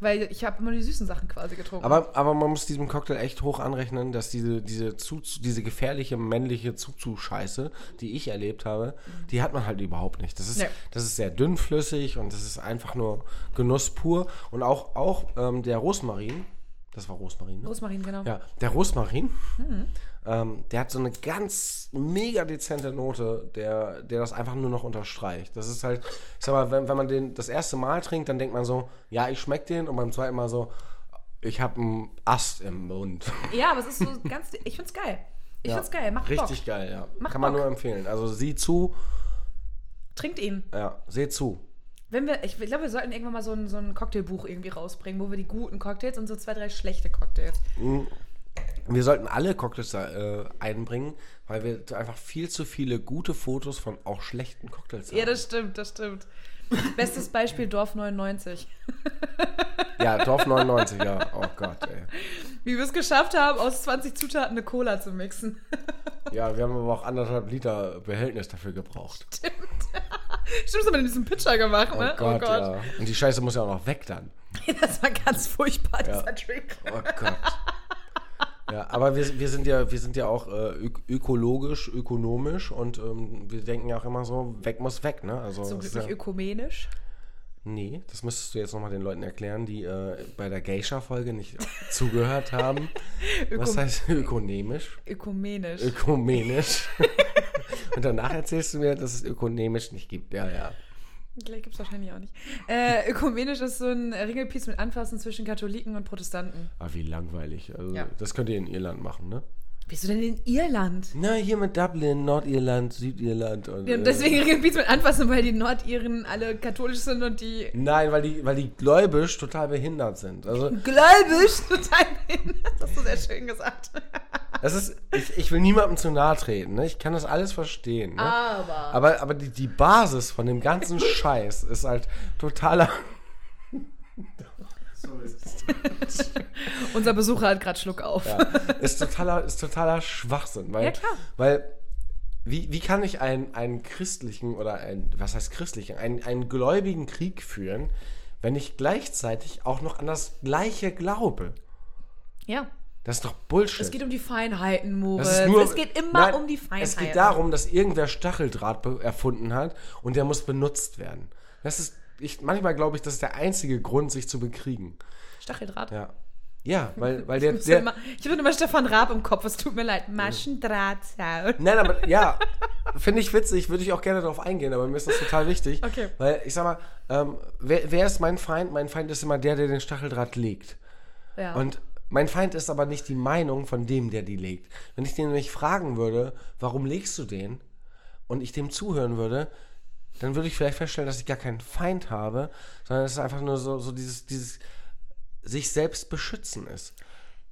C: Weil ich habe immer die süßen Sachen quasi getrunken.
D: Aber, aber man muss diesem Cocktail echt hoch anrechnen, dass diese, diese, zu, zu- diese gefährliche männliche Zuzu-Scheiße, die ich erlebt habe, die hat man halt überhaupt nicht. Das ist,
C: Nee.
D: das ist sehr dünnflüssig und das ist einfach nur Genuss pur. Und auch, auch ähm, der Rosmarin, das war Rosmarin, ne?
C: Rosmarin, genau.
D: Ja, der Rosmarin, ähm, der hat so eine ganz mega dezente Note, der, der das einfach nur noch unterstreicht. Das ist halt, ich sag mal, wenn, wenn man den das erste Mal trinkt, dann denkt man so, ja, ich schmeck den und beim zweiten Mal so, ich habe einen Ast im Mund.
C: Ja, aber es ist so ganz, ich find's geil. Ich
D: Ja,
C: find's geil, macht
D: Richtig
C: Bock.
D: geil, ja.
C: Macht
D: Kann man
C: Bock.
D: nur empfehlen. Also sieh zu,
C: Trinkt ihn.
D: ja, seht zu.
C: Wenn wir, ich glaube, wir sollten irgendwann mal so ein, so ein Cocktailbuch irgendwie rausbringen, wo wir die guten Cocktails und so zwei, drei schlechte Cocktails.
D: Wir sollten alle Cocktails da, äh, einbringen, weil wir einfach viel zu viele gute Fotos von auch schlechten Cocktails haben.
C: Ja, das stimmt, das stimmt. Bestes Beispiel Dorf 99.
D: ja, Dorf 99, ja. Oh Gott, ey.
C: Wie wir es geschafft haben, aus 20 Zutaten eine Cola zu mixen.
D: Ja, wir haben aber auch anderthalb Liter Behältnis dafür gebraucht.
C: Stimmt, das haben wir in diesem Pitcher gemacht,
D: Oh
C: ne?
D: Gott, ja. Und die Scheiße muss ja auch noch weg dann.
C: Das war ganz furchtbar, dieser Drink.
D: Oh Gott. Ja, aber wir, wir sind ja, wir sind ja auch äh, ök ökologisch, ökonomisch und ähm, wir denken ja auch immer so, weg muss weg, ne? Also, das
C: Zum Glück
D: ist
C: nicht
D: ja,
C: ökumenisch.
D: Nee, das müsstest du jetzt nochmal den Leuten erklären, die äh, bei der Geisha-Folge nicht zugehört haben. Was
C: Ökom-
D: heißt ökonomisch?
C: Ökumenisch.
D: Ökumenisch. und danach erzählst du mir, dass es ökonomisch nicht gibt. Ja, ja.
C: Gleich gibt's wahrscheinlich auch nicht. Äh, ökumenisch ist so ein Ringelpiez mit Anfassen zwischen Katholiken und Protestanten.
D: Ah, wie langweilig. Also,
C: Ja.
D: Das könnt ihr in Irland machen, ne?
C: Wieso denn in Irland?
D: Na, hier mit Dublin, Nordirland, Südirland. Und,
C: Ja,
D: äh,
C: und deswegen Ringelpiez mit Anfassen, weil die Nordiren alle katholisch sind und die
D: Nein, weil die, weil die gläubisch total behindert sind. Also,
C: gläubisch total behindert. Das hast du sehr schön gesagt.
D: das ist, ich, ich will niemandem zu nahe treten. Ne? Ich kann das alles verstehen. Ne?
C: Aber.
D: Aber, aber die, die Basis von dem ganzen Scheiß ist halt totaler.
C: Unser Besucher hat gerade Schluck auf.
D: Ja, ist totaler, ist totaler Schwachsinn. Weil,
C: Ja, klar.
D: Weil, wie, wie kann ich einen, einen christlichen oder ein, was heißt christlichen, einen, einen gläubigen Krieg führen, wenn ich gleichzeitig auch noch an das Gleiche glaube?
C: ja.
D: Das ist doch Bullshit.
C: Es geht um die Feinheiten, Moritz.
D: das ist nur,
C: es geht immer
D: Nein,
C: um die Feinheiten.
D: Es geht darum, dass irgendwer Stacheldraht be- erfunden hat und der muss benutzt werden. Das ist, ich, manchmal glaube ich, das ist der einzige Grund, sich zu bekriegen.
C: Stacheldraht.
D: Ja. Ja, weil, weil der,
C: Ich bin
D: der,
C: immer, ich bin immer Stefan Raab im Kopf, es tut mir leid. Maschendrahtzaun.
D: Nein, aber ja, finde ich witzig, würde ich auch gerne darauf eingehen, aber mir ist das total wichtig.
C: Okay.
D: Weil ich sag mal, ähm, wer, wer ist mein Feind? Mein Feind ist immer der, der den Stacheldraht legt.
C: Ja.
D: Und mein Feind ist aber nicht die Meinung von dem, der die legt. Wenn ich den nämlich fragen würde, warum legst du den? Und ich dem zuhören würde, dann würde ich vielleicht feststellen, dass ich gar keinen Feind habe, sondern es ist einfach nur so, so dieses, dieses sich selbst beschützen ist.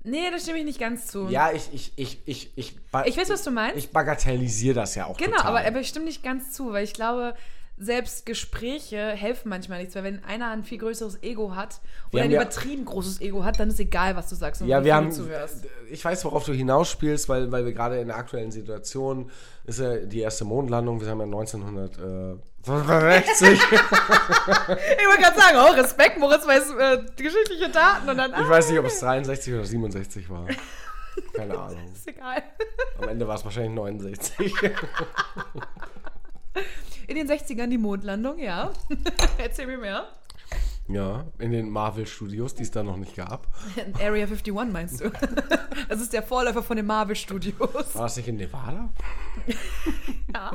C: nee, da stimme ich nicht ganz zu.
D: Ja, ich, ich, ich, ich, ich, ba-
C: Ich weiß, was du meinst.
D: Ich bagatellisiere das ja auch
C: genau,
D: total.
C: aber, aber ich stimme nicht ganz zu, weil ich glaube, selbst Gespräche helfen manchmal nichts, weil wenn einer ein viel größeres Ego hat
D: Wir
C: oder ein
D: haben ja-
C: übertrieben großes Ego hat, dann ist egal, was du sagst und
D: Ja,
C: wie
D: wir
C: viel
D: haben.
C: du zuhörst.
D: Ich weiß, worauf du hinausspielst, weil, weil wir gerade in der aktuellen Situation ist ja die erste Mondlandung. Wir haben ja 1960.
C: Ich wollte gerade sagen, oh, Respekt, Moritz weiß äh, geschichtliche Daten und dann,
D: ich
C: ah,
D: weiß nicht, ob es 63 oder 67 war. Keine Ahnung.
C: ist egal.
D: Am Ende war es wahrscheinlich 69.
C: In den 60ern die Mondlandung, ja. Erzähl mir mehr.
D: ja, in den Marvel Studios, die es da noch nicht gab.
C: Area 51 meinst du? Das ist der Vorläufer von den Marvel Studios.
D: War es nicht in Nevada?
C: Ja.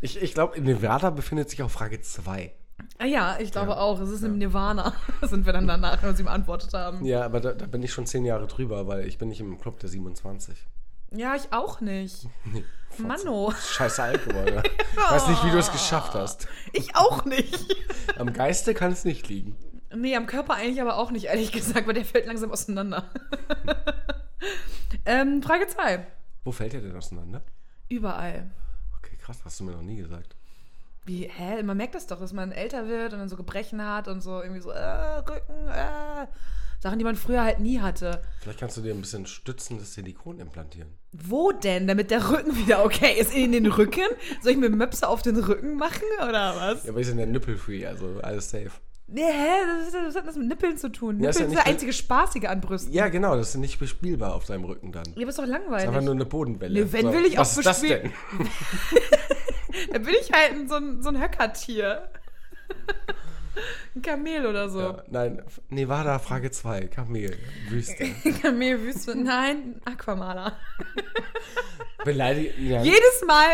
D: Ich, ich glaube, in Nevada befindet sich auch Frage 2.
C: Ah Ja, ich glaube auch. Es ist im Nirvana, sind wir dann danach, wenn wir sie beantwortet haben.
D: Ja, aber da, da bin ich schon zehn Jahre drüber, weil ich bin nicht im Club der 27.
C: Ja, ich auch nicht. Manno. Oh.
D: Scheiße Alkohol. Ne? Weiß nicht, wie du es geschafft hast.
C: Ich auch nicht.
D: Am Geiste kann es nicht liegen.
C: Nee, am Körper eigentlich aber auch nicht, ehrlich gesagt, weil der fällt langsam auseinander. ähm, Frage 2.
D: Wo fällt der denn auseinander?
C: Überall.
D: Okay, krass, hast du mir noch nie gesagt.
C: Wie, hä? Man merkt das doch, dass man älter wird und dann so Gebrechen hat und so irgendwie so, äh, Rücken, äh. Sachen, die man früher halt nie hatte.
D: Vielleicht kannst du dir ein bisschen stützendes Silikon implantieren.
C: Wo denn? Damit der Rücken wieder okay ist. In den Rücken? Soll ich mir Möpse auf den Rücken machen oder was?
D: Ja, aber wir sind ja nippelfree, also alles safe.
C: Nee, hä? Das, das, das hat das mit Nippeln zu tun. Nippeln
D: Ja, ist ja
C: ist
D: nicht
C: der einzige Spaßige an Brüsten.
D: Ja, genau, das ist nicht bespielbar auf deinem Rücken dann.
C: Ihr bist doch
D: Das ist einfach nur
C: langweilig.
D: eine Bodenwelle.
C: Nee, wenn will ich
D: was
C: auch
D: ist das
C: bespiel-
D: denn?
C: Da bin ich halt ein- so ein, so ein Höckertier. ein Kamel oder so.
D: Ja, nein, F- Nevada, Frage 2, Kamel, Wüste.
C: Kamelwüste. Nein, Aquamaler.
D: Beleidigt. Ja,
C: Jedes Mal,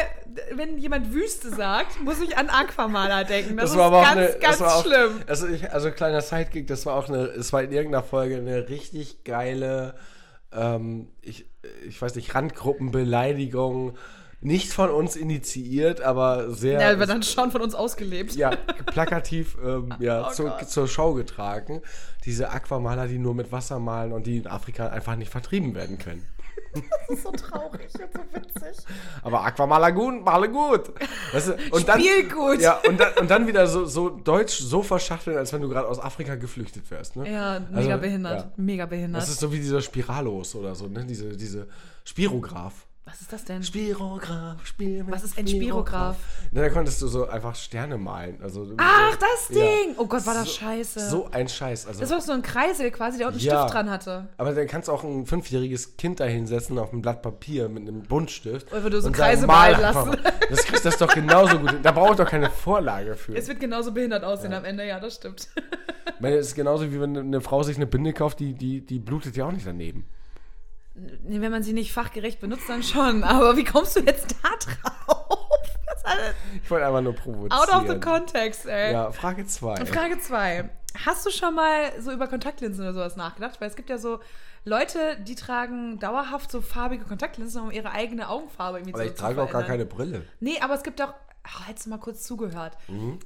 C: wenn jemand Wüste sagt, muss ich an Aquamaler denken. Das, ist ganz, ganz
D: das war auch,
C: schlimm.
D: Also, ich, also kleiner Sidekick, das war auch eine, es war in irgendeiner Folge eine richtig geile, ähm, ich, ich weiß nicht, Randgruppenbeleidigung. Nicht von uns initiiert, aber sehr.
C: Ja, wird dann schon von uns ausgelebt.
D: ja, plakativ ähm, ja,
C: Oh
D: zur-
C: Gott.
D: zur Schau getragen. Diese Aquamaler, die nur mit Wasser malen und die in Afrika einfach nicht vertrieben werden können.
C: Das ist so traurig und so witzig.
D: Aber Aquamaler gut, male gut. Weißt du, und dann,
C: Spiel gut.
D: Ja, und dann, und dann wieder so, so deutsch so verschachtelt, als wenn du gerade aus Afrika geflüchtet wärst. Ne?
C: Ja, mega
D: Also,
C: behindert.
D: ja.
C: Mega behindert.
D: Das ist so wie dieser Spiralos oder so, ne? diese, diese Spirograph.
C: Was ist das denn?
D: Spirograph, Spiel mit
C: Was ist ein Spirograph?
D: Na, Ne, da konntest du so einfach Sterne malen. Also,
C: Ach, das
D: Ja.
C: Ding! Oh Gott, war das
D: So-
C: scheiße.
D: So ein Scheiß. Also,
C: das war doch so ein Kreisel quasi, der unten einen
D: Ja.
C: Stift dran hatte.
D: Aber dann kannst du auch ein fünfjähriges Kind da hinsetzen auf einem Blatt Papier mit einem Buntstift.
C: Oder du so
D: und
C: Kreise
D: sagen, mal
C: malen
D: einfach
C: lassen.
D: mal. Das kriegst das doch genauso gut. hin. Da brauche ich doch keine Vorlage für.
C: Es
D: Ich
C: wird genauso behindert aussehen am Ende, ja, das stimmt.
D: meine, das ist genauso wie wenn eine Frau sich eine Binde kauft, die, die, die blutet ja auch nicht daneben.
C: Nee, wenn man sie nicht fachgerecht benutzt, dann schon. Aber wie kommst du jetzt da drauf? Das ist alles
D: Ich wollte einfach nur provozieren.
C: out of the context, ey.
D: Ja, Frage 2.
C: Frage 2. Hast du schon mal so über Kontaktlinsen oder sowas nachgedacht? Weil es gibt ja so Leute, die tragen dauerhaft so farbige Kontaktlinsen, um ihre eigene Augenfarbe irgendwie
D: Aber
C: so
D: ich
C: zu
D: trage auch gar
C: verändern.
D: keine Mhm. Brille.
C: Nee, aber es gibt auch. Ach, hättest du mal kurz zugehört.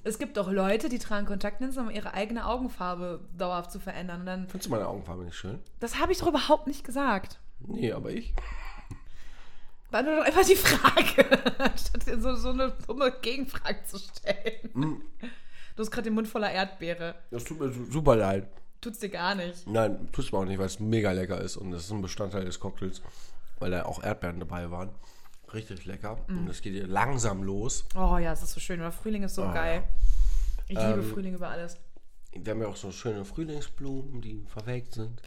C: Es gibt auch Leute, die tragen Kontaktlinsen, um ihre eigene Augenfarbe dauerhaft zu verändern. Und dann,
D: Findest du meine Augenfarbe nicht schön?
C: das habe ich doch überhaupt nicht gesagt.
D: Nee, aber ich.
C: Beantworte doch einfach die Frage, anstatt dir so, so eine dumme Gegenfrage zu stellen.
D: Hm.
C: Du hast gerade den Mund voller Erdbeere.
D: Das tut mir su- super leid.
C: Tut's dir gar nicht.
D: Nein, tut's mir auch nicht, weil es mega lecker ist und das ist ein Bestandteil des Cocktails, weil da auch Erdbeeren dabei waren. Richtig lecker.
C: Mhm.
D: Und es geht hier langsam los.
C: Oh ja, es ist so schön. Oder Frühling
D: Oh
C: ist so geil. Ich liebe
D: Ähm,
C: Frühling über alles.
D: Wir haben ja auch so schöne Frühlingsblumen, die verwelkt sind.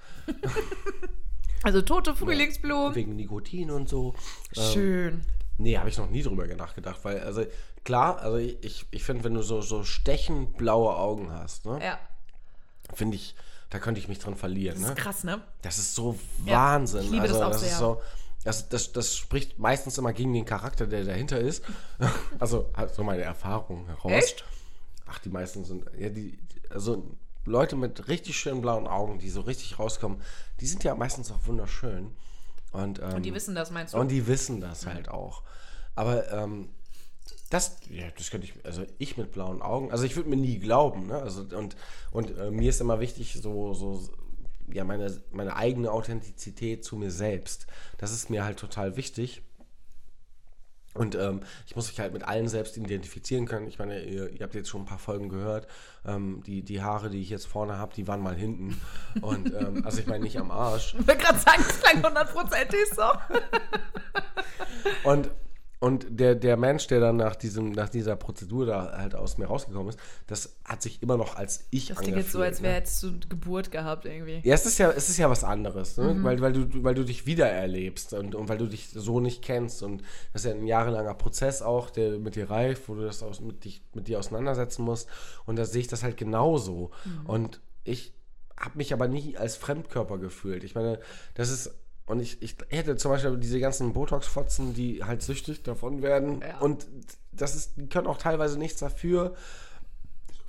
C: Also tote Frühlingsblumen.
D: Wegen Nikotin und so.
C: Schön.
D: Nee, habe ich noch nie drüber nachgedacht, weil, also klar, also ich, ich finde, wenn du so, so stechend blaue Augen hast, ne,
C: Ja,
D: finde ich, da könnte ich mich dran verlieren.
C: das
D: Ne?
C: ist krass, ne?
D: Das ist so
C: Ja,
D: Wahnsinn.
C: ich liebe das
D: also,
C: auch sehr.
D: Ist so, das, das, das spricht meistens immer gegen den Charakter, der dahinter ist. Also, so meine Erfahrung heraus.
C: Echt?
D: Ach, die meisten sind. Ja, die, also, Leute mit richtig schönen blauen Augen, die so richtig rauskommen, die sind ja meistens auch wunderschön. Und, ähm,
C: Und die wissen das, meinst du?
D: und die wissen das halt auch. Aber ähm, das, ja, das könnte ich, also ich mit blauen Augen, also ich würde mir nie glauben, ne? Also und, und äh, mir ist immer wichtig, so, so, ja, meine, meine eigene Authentizität zu mir selbst. Das ist mir halt total wichtig. Und ähm, ich muss mich halt mit allen selbst identifizieren können. Ich meine, ihr, ihr habt jetzt schon ein paar Folgen gehört. Ähm, die, die Haare, die ich jetzt vorne habe, die waren mal hinten. Und ähm, also ich meine nicht am Arsch.
C: Ich wollte gerade sagen, das klang hundertprozentig so.
D: Und, und der, der Mensch, der dann nach, diesem, nach dieser Prozedur da halt aus mir rausgekommen ist, das hat sich immer noch als ich
C: Das klingt jetzt so,
D: angefühlt,
C: als
D: ne?
C: wäre jetzt zu Geburt gehabt irgendwie.
D: Ja, es ist ja, es ist ja was anderes, ne? weil, weil, du, weil du dich wiedererlebst und, und weil du dich so nicht kennst. Und das ist ja ein jahrelanger Prozess auch, der mit dir reift, wo du das aus, mit, dich, mit dir auseinandersetzen musst. Und da sehe ich das halt genauso. Und ich habe mich aber nie als Fremdkörper gefühlt. Ich meine, das ist. Und ich, ich hätte zum Beispiel diese ganzen Botox-Fotzen, die halt süchtig davon werden.
C: Ja.
D: Und das ist, die können auch teilweise nichts dafür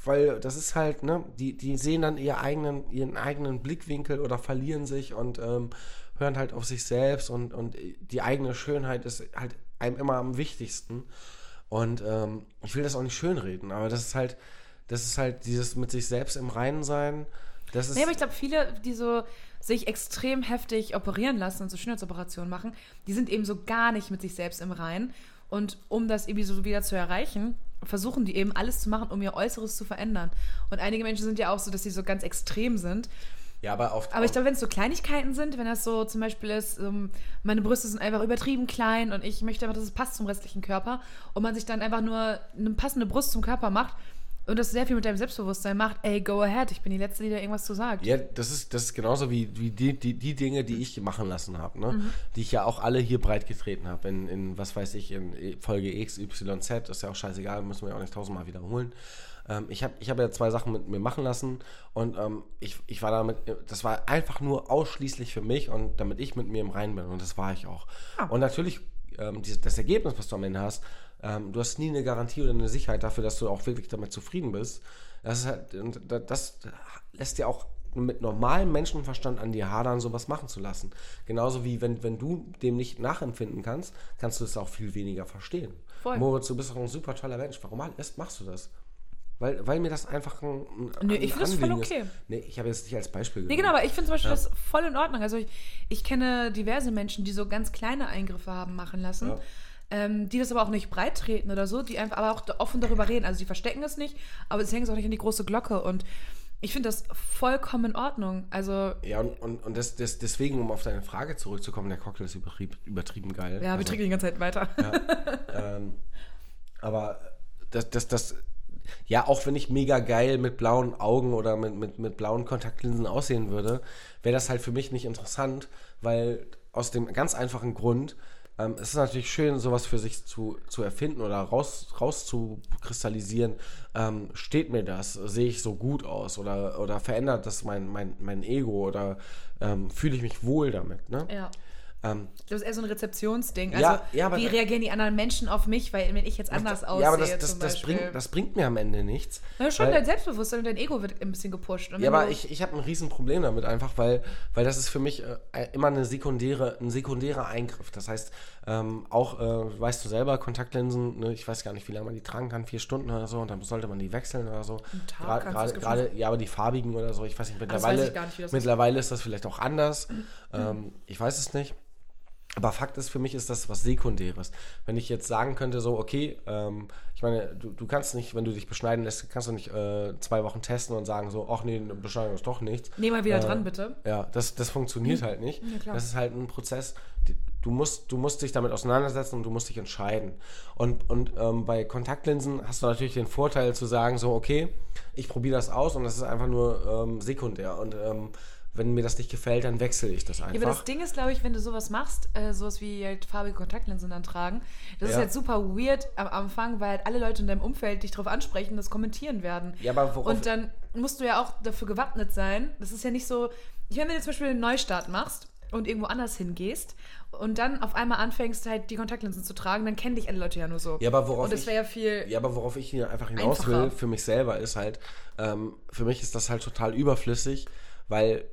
D: weil das ist halt, ne, die, die sehen dann ihr eigenen, ihren eigenen Blickwinkel oder verlieren sich und ähm, hören halt auf sich selbst und, und die eigene Schönheit ist halt einem immer am wichtigsten. Und ähm, ich will das auch nicht schönreden, aber das ist halt, das ist halt dieses mit sich selbst im Reinen sein. Das ist
C: Nee, aber ich glaube, viele, die so sich extrem heftig operieren lassen und so Schönheitsoperationen machen, die sind eben so gar nicht mit sich selbst im Reinen. Und um das irgendwie so wieder zu erreichen, versuchen die eben alles zu machen, um ihr Äußeres zu verändern. Und einige Menschen sind ja auch so, dass sie so ganz extrem sind.
D: ja, aber oft.
C: Aber ich glaube, wenn es so Kleinigkeiten sind, wenn das so zum Beispiel ist, ähm, meine Brüste sind einfach übertrieben klein und ich möchte einfach, dass es passt zum restlichen Körper und man sich dann einfach nur eine passende Brust zum Körper macht und das sehr viel mit deinem Selbstbewusstsein macht, ey, go ahead, ich bin die Letzte, die da irgendwas zu sagt.
D: Ja, das ist, das ist genauso wie, wie die, die, die Dinge, die ich machen lassen habe, ne? die ich ja auch alle hier breit getreten habe. In, in, was weiß ich, in E- Folge X, Y, Z, ist ja auch scheißegal, müssen wir ja auch nicht tausendmal wiederholen. Ähm, ich habe ich hab ja zwei Sachen mit mir machen lassen und ähm, ich, ich war damit, das war einfach nur ausschließlich für mich und damit ich mit mir im Reinen bin und das war ich auch. Und natürlich, ähm, dieses- das Ergebnis, was du am Ende hast, ähm, du hast nie eine Garantie oder eine Sicherheit dafür, dass du auch wirklich damit zufrieden bist. Das, ist halt, und da- das lässt dir auch mit normalem Menschenverstand an dir hadern, sowas machen zu lassen. Genauso wie wenn, wenn du dem nicht nachempfinden kannst, kannst du es auch viel weniger verstehen.
C: Voll.
D: Moritz, du bist doch ein super toller Mensch. Warum alles machst du das? Weil, weil mir das einfach ein, ein
C: Nö,
D: ein
C: ich find das voll
D: Anliegen
C: okay.
D: Ist. Nee, ich habe jetzt nicht als Beispiel
C: Nee, genau,
D: genommen.
C: aber ich finde zum Beispiel das voll in Ordnung. Also ich, ich kenne diverse Menschen, die so ganz kleine Eingriffe haben machen lassen,
D: Ja.
C: ähm, die das aber auch nicht breit treten oder so, die einfach aber auch da- offen darüber reden. Also die verstecken es nicht, aber sie hängen es auch nicht an die große Glocke. Und ich finde das vollkommen in Ordnung. Also
D: Ja, und, und, und das, das, deswegen, um auf deine Frage zurückzukommen, der Cocktail ist übertrieb, übertrieben geil.
C: ja, wir
D: Also-
C: trinken die ganze Zeit weiter.
D: Ähm, aber äh, das, das, das, ja, auch wenn ich mega geil mit blauen Augen oder mit, mit, mit blauen Kontaktlinsen aussehen würde, wäre das halt für mich nicht interessant, weil aus dem ganz einfachen Grund, ähm, es ist natürlich schön, sowas für sich zu, zu erfinden oder raus, rauszukristallisieren. Ähm, steht mir das? Sehe ich so gut aus? Oder, oder verändert das mein, mein, mein Ego? Oder ähm, fühle ich mich wohl damit? Ne?
C: Ja.
D: Ähm,
C: Ich glaube, es ist eher so ein Rezeptionsding. Also,
D: Ja, ja, aber-
C: wie reagieren die anderen Menschen auf mich, weil wenn ich jetzt anders aussehe,
D: ja, aber das, das,
C: zum
D: das,
C: Beispiel.
D: bringt, das bringt mir am Ende nichts.
C: ja, schon
D: weil-
C: dein Selbstbewusstsein und dein Ego wird ein bisschen gepusht. Und
D: Ja,
C: wenn
D: aber
C: du-
D: ich, ich habe ein Riesenproblem damit einfach, weil, weil das ist für mich äh, immer eine sekundäre, ein sekundärer Eingriff. Das heißt, ähm, auch, äh, weißt du selber, Kontaktlinsen, ne, ich weiß gar nicht, wie lange man die tragen kann, vier Stunden oder so, und dann sollte man die wechseln oder so.
C: Tag
D: Gra-
C: kannst du
D: Gerade,
C: das
D: gerade, ja, aber die farbigen oder so, ich weiß nicht,
C: das weiß
D: mittlerweile,
C: ich gar nicht, wie das ist. Mhm.
D: mittlerweile ist das vielleicht auch anders. Ähm, ich weiß es nicht. Aber Fakt ist, für mich ist das was Sekundäres. Wenn ich jetzt sagen könnte, so, okay, ähm, ich meine, du, du kannst nicht, wenn du dich beschneiden lässt, kannst du nicht äh, zwei Wochen testen und sagen, so, ach nee, eine Beschneidung ist doch nichts. Äh,
C: Nee, mal wieder dran, bitte. Mhm.
D: Ja, das, das funktioniert halt nicht.
C: Ja, klar.
D: Das ist halt ein Prozess. Die- Du musst, du musst dich damit auseinandersetzen und du musst dich entscheiden. Und, und ähm, bei Kontaktlinsen hast du natürlich den Vorteil zu sagen, so, okay, ich probiere das aus und das ist einfach nur ähm, sekundär. Und ähm, wenn mir das nicht gefällt, dann wechsle ich das einfach.
C: Ja, aber das Ding ist, glaube ich, wenn du sowas machst, äh, sowas wie halt farbige Kontaktlinsen dann tragen, das ist
D: Ja.
C: halt super weird am Anfang, weil halt alle Leute in deinem Umfeld dich drauf ansprechen, das kommentieren werden.
D: Ja, aber worauf-
C: Und dann musst du ja auch dafür gewappnet sein. Das ist ja nicht so. Ich meine, wenn du zum Beispiel einen Neustart machst und irgendwo anders hingehst und dann auf einmal anfängst, halt die Kontaktlinsen zu tragen, dann kennen dich alle Leute ja nur so.
D: Ja, aber worauf
C: Und das
D: ich-
C: wäre ja viel.
D: Ja, aber worauf ich hier einfach hinaus
C: Einfacher.
D: will, für mich selber ist halt, ähm, für mich ist das halt total überflüssig, weil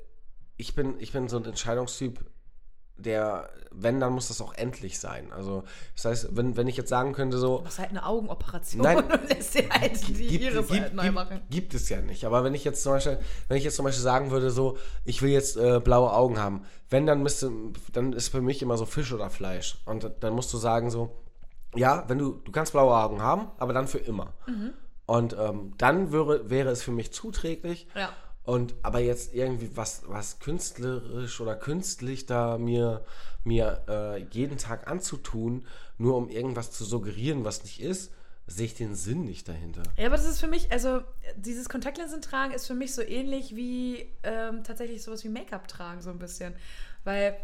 D: ich bin, ich bin so ein Entscheidungstyp, der, wenn, dann muss das auch endlich sein. Also, das heißt, wenn, wenn ich jetzt sagen könnte, so,
C: Du machst halt eine Augenoperation
D: Nein.
C: und lässt dir halt die Iris halt neu machen.
D: gibt, gibt es ja nicht. Aber wenn ich jetzt zum Beispiel, wenn ich jetzt zum Beispiel sagen würde, so, ich will jetzt äh, blaue Augen haben, wenn dann müsste, dann ist für mich immer so Fisch oder Fleisch. Und dann musst du sagen so, ja, wenn du, du kannst blaue Augen haben, aber dann für immer. Und ähm, dann wäre, wäre es für mich zuträglich.
C: Ja.
D: Und aber jetzt irgendwie was, was künstlerisch oder künstlich da mir, mir äh, jeden Tag anzutun, nur um irgendwas zu suggerieren, was nicht ist, sehe ich den Sinn nicht dahinter.
C: Ja, aber das ist für mich, also dieses Kontaktlinsen tragen ist für mich so ähnlich wie ähm, tatsächlich sowas wie Make-up tragen, so ein bisschen. Weil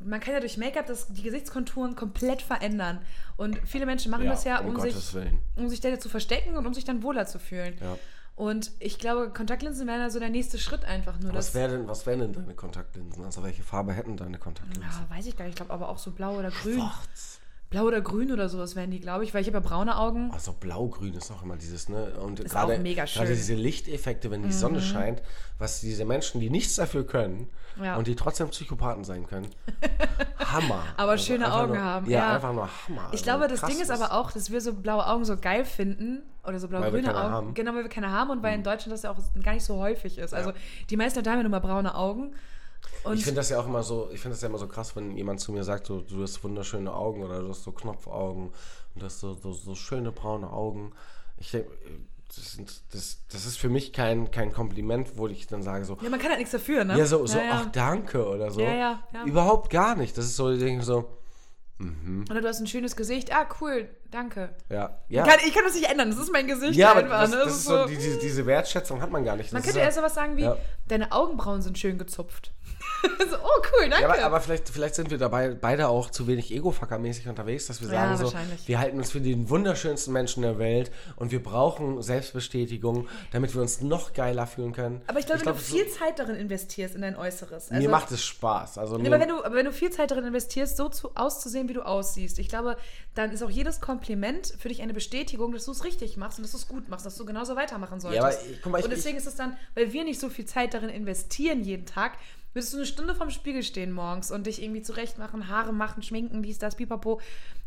C: man kann ja durch Make-up das- die Gesichtskonturen komplett verändern. Und viele Menschen machen
D: Ja,
C: das ja,
D: um
C: um,
D: Gottes
C: sich,
D: Willen.
C: um sich dahinter zu verstecken und um sich dann wohler zu fühlen.
D: Ja.
C: Und ich glaube, Kontaktlinsen wären da so der nächste Schritt einfach nur.
D: Was
C: Das,
D: wären denn, was wär denn deine Kontaktlinsen? Also welche Farbe hätten deine Kontaktlinsen?
C: ja, weiß ich gar nicht. Ich glaube aber auch so blau oder grün.
D: Schwarz.
C: Blau oder grün oder sowas wären die, glaube ich, weil ich habe ja braune Augen.
D: Also blaugrün ist auch immer dieses, ne? Und
C: Ist
D: gerade,
C: auch mega schön. Mhm.
D: gerade diese Lichteffekte, wenn die Sonne scheint, was diese Menschen, die nichts dafür können
C: Ja.
D: und die trotzdem Psychopathen sein können. Hammer. Also
C: Aber schöne
D: einfach
C: Augen
D: nur,
C: haben,
D: Ja,
C: ja.
D: einfach nur Hammer. Also
C: Ich glaube, das Ding ist aber auch, dass wir so blaue Augen so geil finden oder so
D: Weil wir
C: blau-grüne
D: keine
C: Augen.
D: haben. Mhm.
C: Genau, weil wir keine haben und weil in Deutschland das ja auch gar nicht so häufig ist. Also
D: Ja.
C: die meisten Leute haben ja nur mal braune Augen. Und
D: Ich finde das ja auch immer so, ich finde das ja immer so krass, wenn jemand zu mir sagt, so, du hast wunderschöne Augen oder du hast so Knopfaugen und du hast so, so, so schöne braune Augen. Ich denke, das, sind- das, das ist für mich kein, kein Kompliment, wo ich dann sage so,
C: ja, man kann halt nichts dafür, ne?
D: ja, so, so
C: Ja, ja.
D: ach danke oder so.
C: Ja, ja, ja.
D: Überhaupt gar nicht. Das ist so, ich denke so,
C: Oder du hast ein schönes Gesicht. Ah, cool, danke.
D: ja, ja.
C: Kann, ich kann das nicht ändern, das ist mein Gesicht
D: ja, aber
C: einfach.
D: das,
C: ne?
D: das ist so, die, die, diese Wertschätzung hat man gar nicht.
C: man
D: Das ist
C: könnte
D: ja-
C: eher sowas sagen wie,
D: ja.
C: deine Augenbrauen sind schön gezupft. so, oh, cool, danke.
D: Ja, aber, aber vielleicht, vielleicht sind wir dabei beide auch zu wenig Ego-Fucker-mäßig unterwegs, dass wir
C: Ja,
D: sagen so,
C: wahrscheinlich.
D: wir halten uns für den wunderschönsten Menschen der Welt und wir brauchen Selbstbestätigung, damit wir uns noch geiler fühlen können.
C: Aber ich glaube, wenn
D: glaub,
C: du
D: es-
C: viel Zeit darin investierst, in dein Äußeres.
D: mir macht es Spaß. Also
C: Nee,
D: mir,
C: aber wenn du, aber wenn du viel Zeit darin investierst, so zu, auszusehen, wie du aussiehst, ich glaube, dann ist auch jedes Kompliment für dich eine Bestätigung, dass du es richtig machst und dass du es gut machst, dass du genauso weitermachen solltest.
D: aber ich- guck mal, ich-
C: und deswegen ist es dann, weil wir nicht so viel Zeit darin investieren jeden Tag, würdest du eine Stunde vorm Spiegel stehen morgens und dich irgendwie zurechtmachen, Haare machen, schminken, dies, das, pipapo,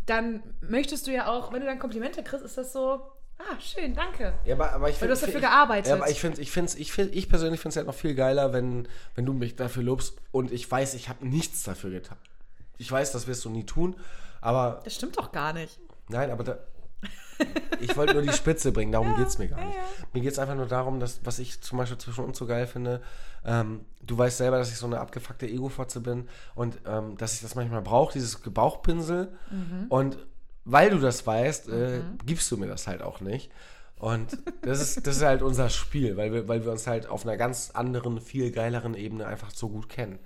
C: dann möchtest du ja auch, wenn du dann Komplimente kriegst, ist das so, ah, schön, danke.
D: ja, aber, aber ich
C: Weil
D: find-
C: du hast dafür
D: ich-
C: gearbeitet.
D: Ja, aber ich finde, ich finde, ich find, ich persönlich finde es halt noch viel geiler, wenn, wenn du mich dafür lobst und ich weiß, ich habe nichts dafür getan. Ich weiß, das wirst du nie tun, aber
C: Das stimmt doch gar nicht.
D: Nein, aber da, ich wollte nur die Spitze bringen, darum geht's mir gar nicht. Mir geht's einfach nur darum, dass, was ich zum Beispiel zwischen uns so geil finde, ähm, du weißt selber, dass ich so eine abgefuckte Ego-Fotze bin und ähm, dass ich das manchmal brauche, dieses Gebauchpinsel. Und weil du das weißt, äh, gibst du mir das halt auch nicht. Und das ist, das ist halt unser Spiel, weil wir, weil wir uns halt auf einer ganz anderen, viel geileren Ebene einfach so gut kennen.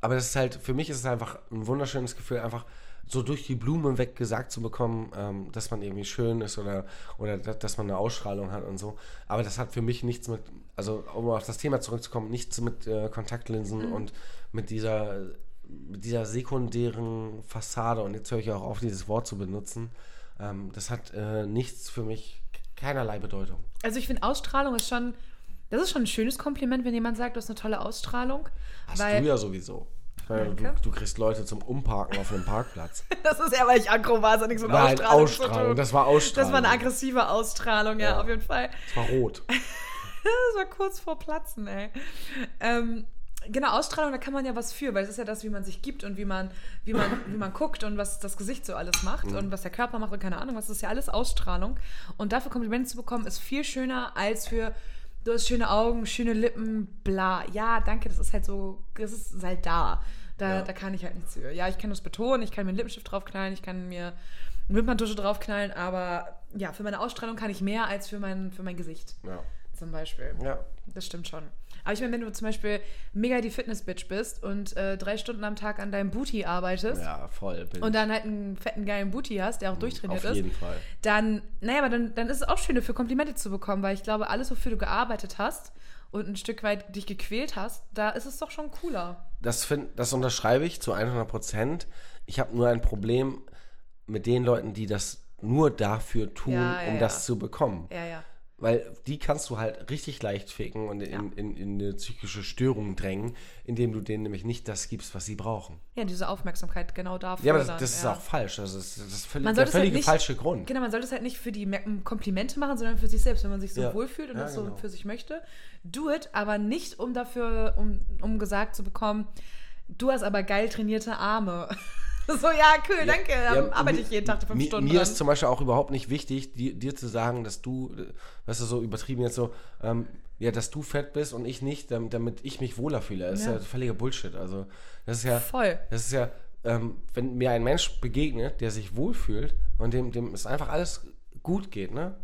D: Aber das ist halt, für mich ist es einfach ein wunderschönes Gefühl, einfach so durch die Blume weg gesagt zu bekommen, ähm, dass man irgendwie schön ist oder, oder da- dass man eine Ausstrahlung hat und so. Aber das hat für mich nichts mit, also um auf das Thema zurückzukommen, nichts mit äh,
C: Mhm.
D: Kontaktlinsen und mit dieser, mit dieser sekundären Fassade. Und jetzt höre ich auch auf, dieses Wort zu benutzen. Ähm, das hat äh, nichts für mich, keinerlei Bedeutung.
C: Also ich finde Ausstrahlung ist schon, das ist schon ein schönes Kompliment, wenn jemand sagt, du hast eine tolle Ausstrahlung.
D: Hast
C: weil
D: du ja sowieso. Ich meine, Du,
C: Danke.
D: du kriegst Leute zum Umparken auf einem Parkplatz.
C: das ist ja, weil ich aggro war, das hat nichts mit
D: War halt
C: Ausstrahlung, zu
D: Ausstrahlung,
C: tun.
D: das war Ausstrahlung.
C: Das war eine aggressive Ausstrahlung, ja,
D: Ja.
C: auf jeden Fall.
D: Es war rot.
C: Das war kurz vor Platzen, ey. Ähm, genau, Ausstrahlung, da kann man ja was für, weil es ist ja das, wie man sich gibt und wie man, wie man, wie man guckt und was das Gesicht so alles macht und was der Körper macht und keine Ahnung, was das ist ja alles Ausstrahlung. Und dafür Komplimente zu bekommen, ist viel schöner als für. Du hast schöne Augen, schöne Lippen, bla. Ja, danke, das ist halt so, das ist halt da. Da,
D: Ja.
C: da kann ich halt nichts für. Ja, ich kann das betonen, ich kann mir einen Lippenstift draufknallen, ich kann mir eine Wimperntusche draufknallen, aber ja, für meine Ausstrahlung kann ich mehr als für mein, für mein Gesicht
D: Ja.
C: zum Beispiel.
D: Ja.
C: Das stimmt schon. Aber ich meine, wenn du zum Beispiel mega die Fitness-Bitch bist und äh, drei Stunden am Tag an deinem Booty arbeitest
D: Ja, voll. Bin
C: und dann halt einen fetten, geilen Booty hast, der auch durchtrainiert
D: auf
C: ist,
D: jeden Fall.
C: dann, naja, aber dann, dann ist es auch schön, dafür Komplimente zu bekommen, weil ich glaube, alles, wofür du gearbeitet hast und ein Stück weit dich gequält hast, da ist es doch schon cooler.
D: Das, find, das unterschreibe ich zu 100 Prozent. Ich habe nur ein Problem mit den Leuten, die das nur dafür tun,
C: Ja, ja,
D: um
C: ja.
D: das zu bekommen.
C: Ja, ja.
D: Weil die kannst du halt richtig leicht ficken und in,
C: Ja.
D: in, in eine psychische Störung drängen, indem du denen nämlich nicht das gibst, was sie brauchen.
C: Ja, diese Aufmerksamkeit genau dafür.
D: Ja, aber das,
C: dann,
D: das ist
C: ja.
D: auch falsch. Also, Das ist, das ist völlig,
C: Man
D: der
C: sollte es halt
D: völlige
C: nicht-
D: falsche Grund.
C: Genau, man sollte es halt nicht für die Mer- m, Komplimente machen, sondern für sich selbst, wenn man sich so
D: Ja.
C: wohlfühlt und
D: Ja,
C: das
D: genau.
C: so für sich möchte. Do it, aber nicht um dafür, um, um gesagt zu bekommen, du hast aber geil trainierte Arme. so, ja, cool, danke. ähm,
D: Ja,
C: arbeite
D: mi-
C: ich jeden Tag fünf
D: mi-
C: Stunden.
D: Mir
C: dran.
D: ist zum Beispiel auch überhaupt nicht wichtig, dir, dir zu sagen, dass du, äh, weißt du, so übertrieben jetzt so, ähm, ja, dass du fett bist und ich nicht, damit, damit ich mich wohler fühle. Das ist
C: Ja.
D: ja völliger Bullshit. Also, das ist ja.
C: Voll.
D: Das ist ja, ähm, wenn mir ein Mensch begegnet, der sich wohlfühlt und dem, dem es einfach alles gut geht, ne?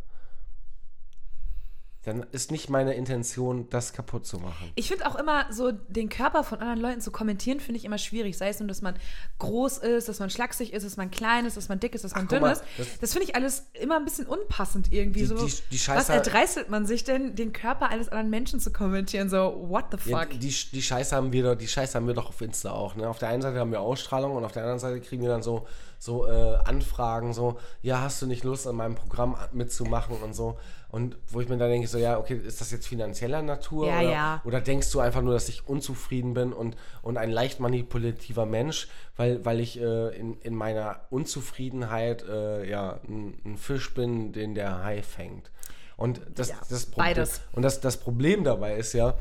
D: Dann ist nicht meine Intention, das kaputt zu machen.
C: Ich finde auch immer so, den Körper von anderen Leuten zu kommentieren, finde ich immer schwierig. Sei es nur, dass man groß ist, dass man schlaksig ist, dass man klein ist, dass man dick ist, dass man
D: guck
C: dünn
D: mal,
C: ist. Das,
D: das-
C: finde ich alles immer ein bisschen unpassend irgendwie.
D: Die-
C: so,
D: die- die
C: was
D: Scheiße-
C: erdreißelt man sich denn, den Körper eines anderen Menschen zu kommentieren? So, what the
D: Ja,
C: fuck?
D: die, die Scheiße haben wir doch, die Scheiße haben wir doch auf Insta auch. Ne? Auf der einen Seite haben wir Ausstrahlung und auf der anderen Seite kriegen wir dann so so äh, Anfragen, so, ja, hast du nicht Lust, an meinem Programm a- mitzumachen und so. Und wo ich mir dann denke, so, ja, okay, ist das jetzt finanzieller Natur?
C: Ja,
D: oder,
C: ja.
D: oder denkst du einfach nur, dass ich unzufrieden bin und, und ein leicht manipulativer Mensch, weil, weil ich äh, in, in meiner Unzufriedenheit äh, ja, ein, ein Fisch bin, den der Hai fängt? Und das,
C: Ja,
D: das Problem,
C: beides.
D: Und das, das Problem dabei ist ja,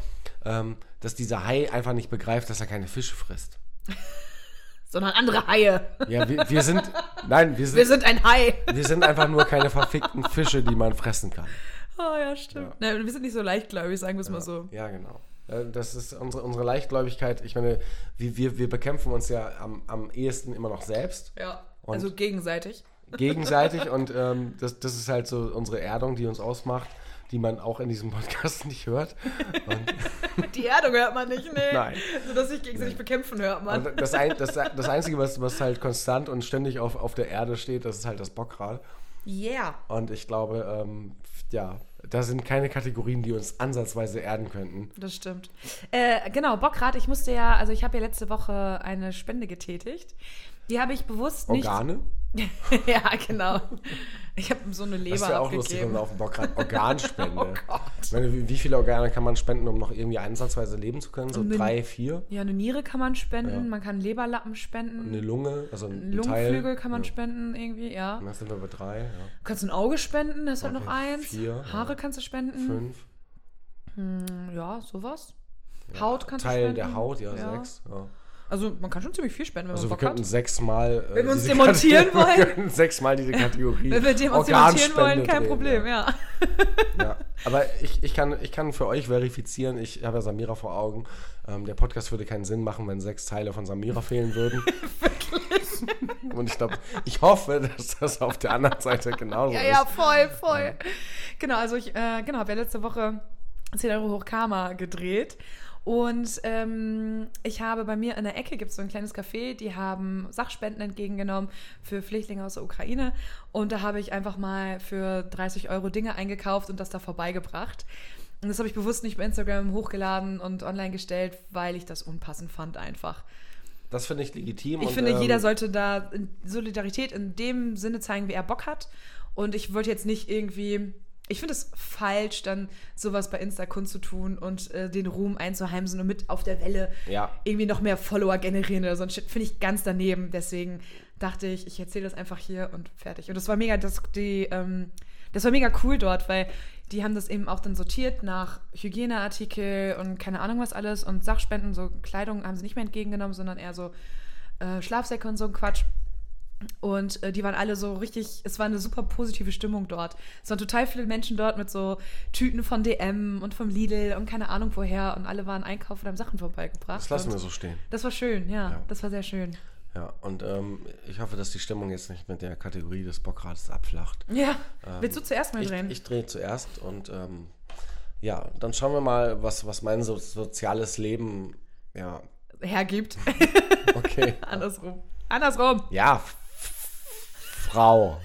D: ähm, dass dieser Hai einfach nicht begreift, dass er keine Fische frisst.
C: Sondern andere Haie.
D: Ja, wir, wir sind, nein, wir
C: Wir
D: sind,
C: sind ein Hai.
D: wir sind einfach nur keine verfickten Fische, die man fressen kann.
C: Oh ja, stimmt. Nein, wir sind nicht so leichtgläubig, sagen wir es mal so.
D: Ja, genau. Äh, Das ist unsere, unsere Leichtgläubigkeit. Ich meine, wir, wir, wir bekämpfen uns ja am, am ehesten immer noch selbst,
C: Ja.
D: Und-
C: also gegenseitig.
D: gegenseitig. und ähm, das, das ist halt so unsere Erdung, die uns ausmacht, die man auch in diesem Podcast nicht hört. Und,
C: Die Erdung hört man nicht, nee.
D: Nein.
C: So dass sich gegenseitig bekämpfen hört man.
D: und das, ein, das, das Einzige, was, was halt konstant und ständig auf, auf der Erde steht, das ist halt das Bockrad.
C: Yeah.
D: Und ich glaube, ähm, ja, da sind keine Kategorien, die uns ansatzweise erden könnten.
C: Das stimmt. Äh, genau, Bockrad, ich musste ja, also ich habe ja letzte Woche eine Spende getätigt. Die habe ich bewusst nicht.
D: Organe?
C: ja, genau. Ich habe so eine Leber
D: Das wäre auch lustig, wenn
C: abgegeben.
D: man auf dem Bock hat. Organspende.
C: Oh Gott.
D: ich meine, wie wie viele Organe kann man spenden, um noch irgendwie ansatzweise leben zu können? So
C: Eine-
D: drei, vier?
C: ja, eine Niere kann man spenden,
D: Ja.
C: man kann Leberlappen spenden,
D: Eine Lunge, also ein, ein Teil.
C: Lungenflügel kann man
D: ja.
C: spenden irgendwie, ja.
D: Und dann sind wir bei drei, ja.
C: Kannst du ein Auge spenden, hast halt noch
D: Okay,
C: eins.
D: vier,
C: Haare
D: ja.
C: kannst du spenden.
D: fünf.
C: Ja, sowas. Haut kannst du
D: Teil
C: spenden.
D: der Haut, ja, sechs. Ja.
C: Also man kann schon ziemlich viel spenden, wenn
D: Also wir
C: man Bock
D: könnten
C: hat.
D: sechsmal. äh,
C: Wenn wir uns
D: diese
C: demontieren
D: Kategorie-
C: wollen.
D: Wir könnten sechsmal diese Kategorie.
C: Wenn wir dem uns demontieren wollen,
D: Organspende
C: kein
D: drehen,
C: Problem, ja.
D: Ja, aber ich, ich, kann, ich kann für euch verifizieren, ich habe ja Samira vor Augen, ähm, der Podcast würde keinen Sinn machen, wenn sechs Teile von Samira fehlen würden. Wirklich? Und ich glaube, ich hoffe, dass das auf der anderen Seite genauso
C: Ja,
D: ist.
C: ja, voll, voll. Genau, also ich äh, genau, habe ja letzte Woche 10 Euro Hochkarma gedreht. Und ähm, ich habe bei mir in der Ecke gibt es so ein kleines Café, die haben Sachspenden entgegengenommen für Flüchtlinge aus der Ukraine. Und da habe ich einfach mal für 30 Euro Dinge eingekauft und das da vorbeigebracht. Und das habe ich bewusst nicht bei Instagram hochgeladen und online gestellt, weil ich das unpassend fand einfach.
D: Das finde ich legitim.
C: Ich
D: und,
C: finde,
D: ähm,
C: jeder sollte da in Solidarität in dem Sinne zeigen, wie er Bock hat. Und ich wollte jetzt nicht irgendwie. Ich finde es falsch, dann sowas bei Insta kundzutun und äh, den Ruhm einzuheimsen und mit auf der Welle
D: Ja.
C: irgendwie noch mehr Follower generieren oder so ein Shit. Finde ich ganz daneben. Deswegen dachte ich, ich erzähle das einfach hier und fertig. Und das war mega, das, die, ähm, das war mega cool dort, weil die haben das eben auch dann sortiert nach Hygieneartikel und keine Ahnung was alles und Sachspenden, so Kleidung haben sie nicht mehr entgegengenommen, sondern eher so äh, Schlafsäcke und so ein Quatsch. Und äh, die waren alle so richtig, es war eine super positive Stimmung dort. Es waren total viele Menschen dort mit so Tüten von DM und vom Lidl und keine Ahnung woher. Und alle waren einkaufen und haben Sachen vorbeigebracht.
D: Das lassen
C: und
D: wir so stehen.
C: das war schön, ja,
D: Ja.
C: Das war sehr schön.
D: Ja, und ähm, ich hoffe, dass die Stimmung jetzt nicht mit der Kategorie des Bockrats abflacht.
C: Ja.
D: Ähm,
C: Willst du zuerst mal
D: ich,
C: drehen?
D: Ich drehe zuerst und ähm, ja, dann schauen wir mal, was, was mein so soziales Leben, ja,
C: Hergibt.
D: okay.
C: Andersrum. Andersrum.
D: Ja, F- F- Frau.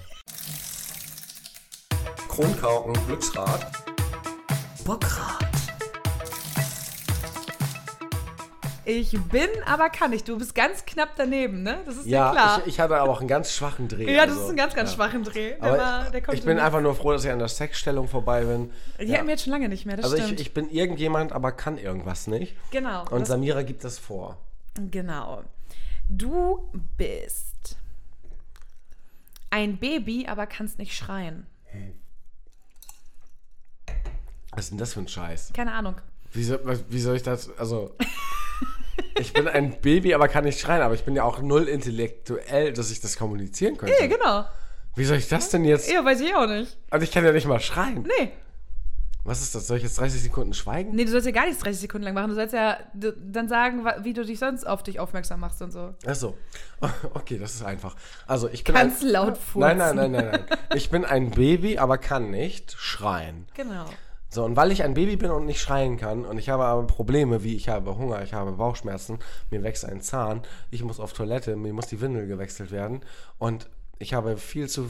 D: Kronkauken, Glücksrad.
C: Bockrad. Ich bin, aber kann nicht. Du bist ganz knapp daneben, ne? Das ist ja,
D: Ja,
C: klar.
D: ich, ich hatte aber auch einen ganz schwachen Dreh.
C: ja, das
D: also,
C: ist ein ganz, ganz
D: ja.
C: schwachen Dreh. Der
D: Aber
C: war, der kommt
D: ich bin
C: so-
D: einfach nur froh, dass ich an der Sexstellung vorbei bin.
C: Die
D: Ja.
C: hatten wir jetzt schon lange nicht mehr, das
D: Also ich,
C: stimmt.
D: ich bin irgendjemand, aber kann irgendwas nicht.
C: genau.
D: Und
C: das-
D: Samira gibt das vor.
C: Genau. Du bist ein Baby, aber kannst nicht schreien.
D: Was ist denn das für ein Scheiß?
C: Keine Ahnung.
D: Wie soll, was- wie soll ich das? Also. Ich bin ein Baby, aber kann nicht schreien. Aber ich bin ja auch null intellektuell, dass ich das kommunizieren könnte.
C: Nee, genau.
D: Wie soll ich das denn jetzt?
C: Ja, weiß ich auch nicht.
D: Also ich kann ja nicht mal schreien.
C: Nee.
D: Was ist das? Soll ich jetzt 30 Sekunden schweigen?
C: Nee, du sollst ja gar nichts 30 Sekunden lang machen. Du sollst ja d- dann sagen, wa- wie du dich sonst auf dich aufmerksam machst und so.
D: Ach so. Okay, das ist einfach. Also ich bin
C: Ganz
D: ein,
C: laut
D: Nein,
C: furzen.
D: nein, nein, nein, nein. Ich bin ein Baby, aber kann nicht schreien.
C: Genau.
D: So, und weil ich ein Baby bin und nicht schreien kann und ich habe aber Probleme, wie ich habe Hunger, ich habe Bauchschmerzen, mir wächst ein Zahn, ich muss auf Toilette, mir muss die Windel gewechselt werden und ich habe viel zu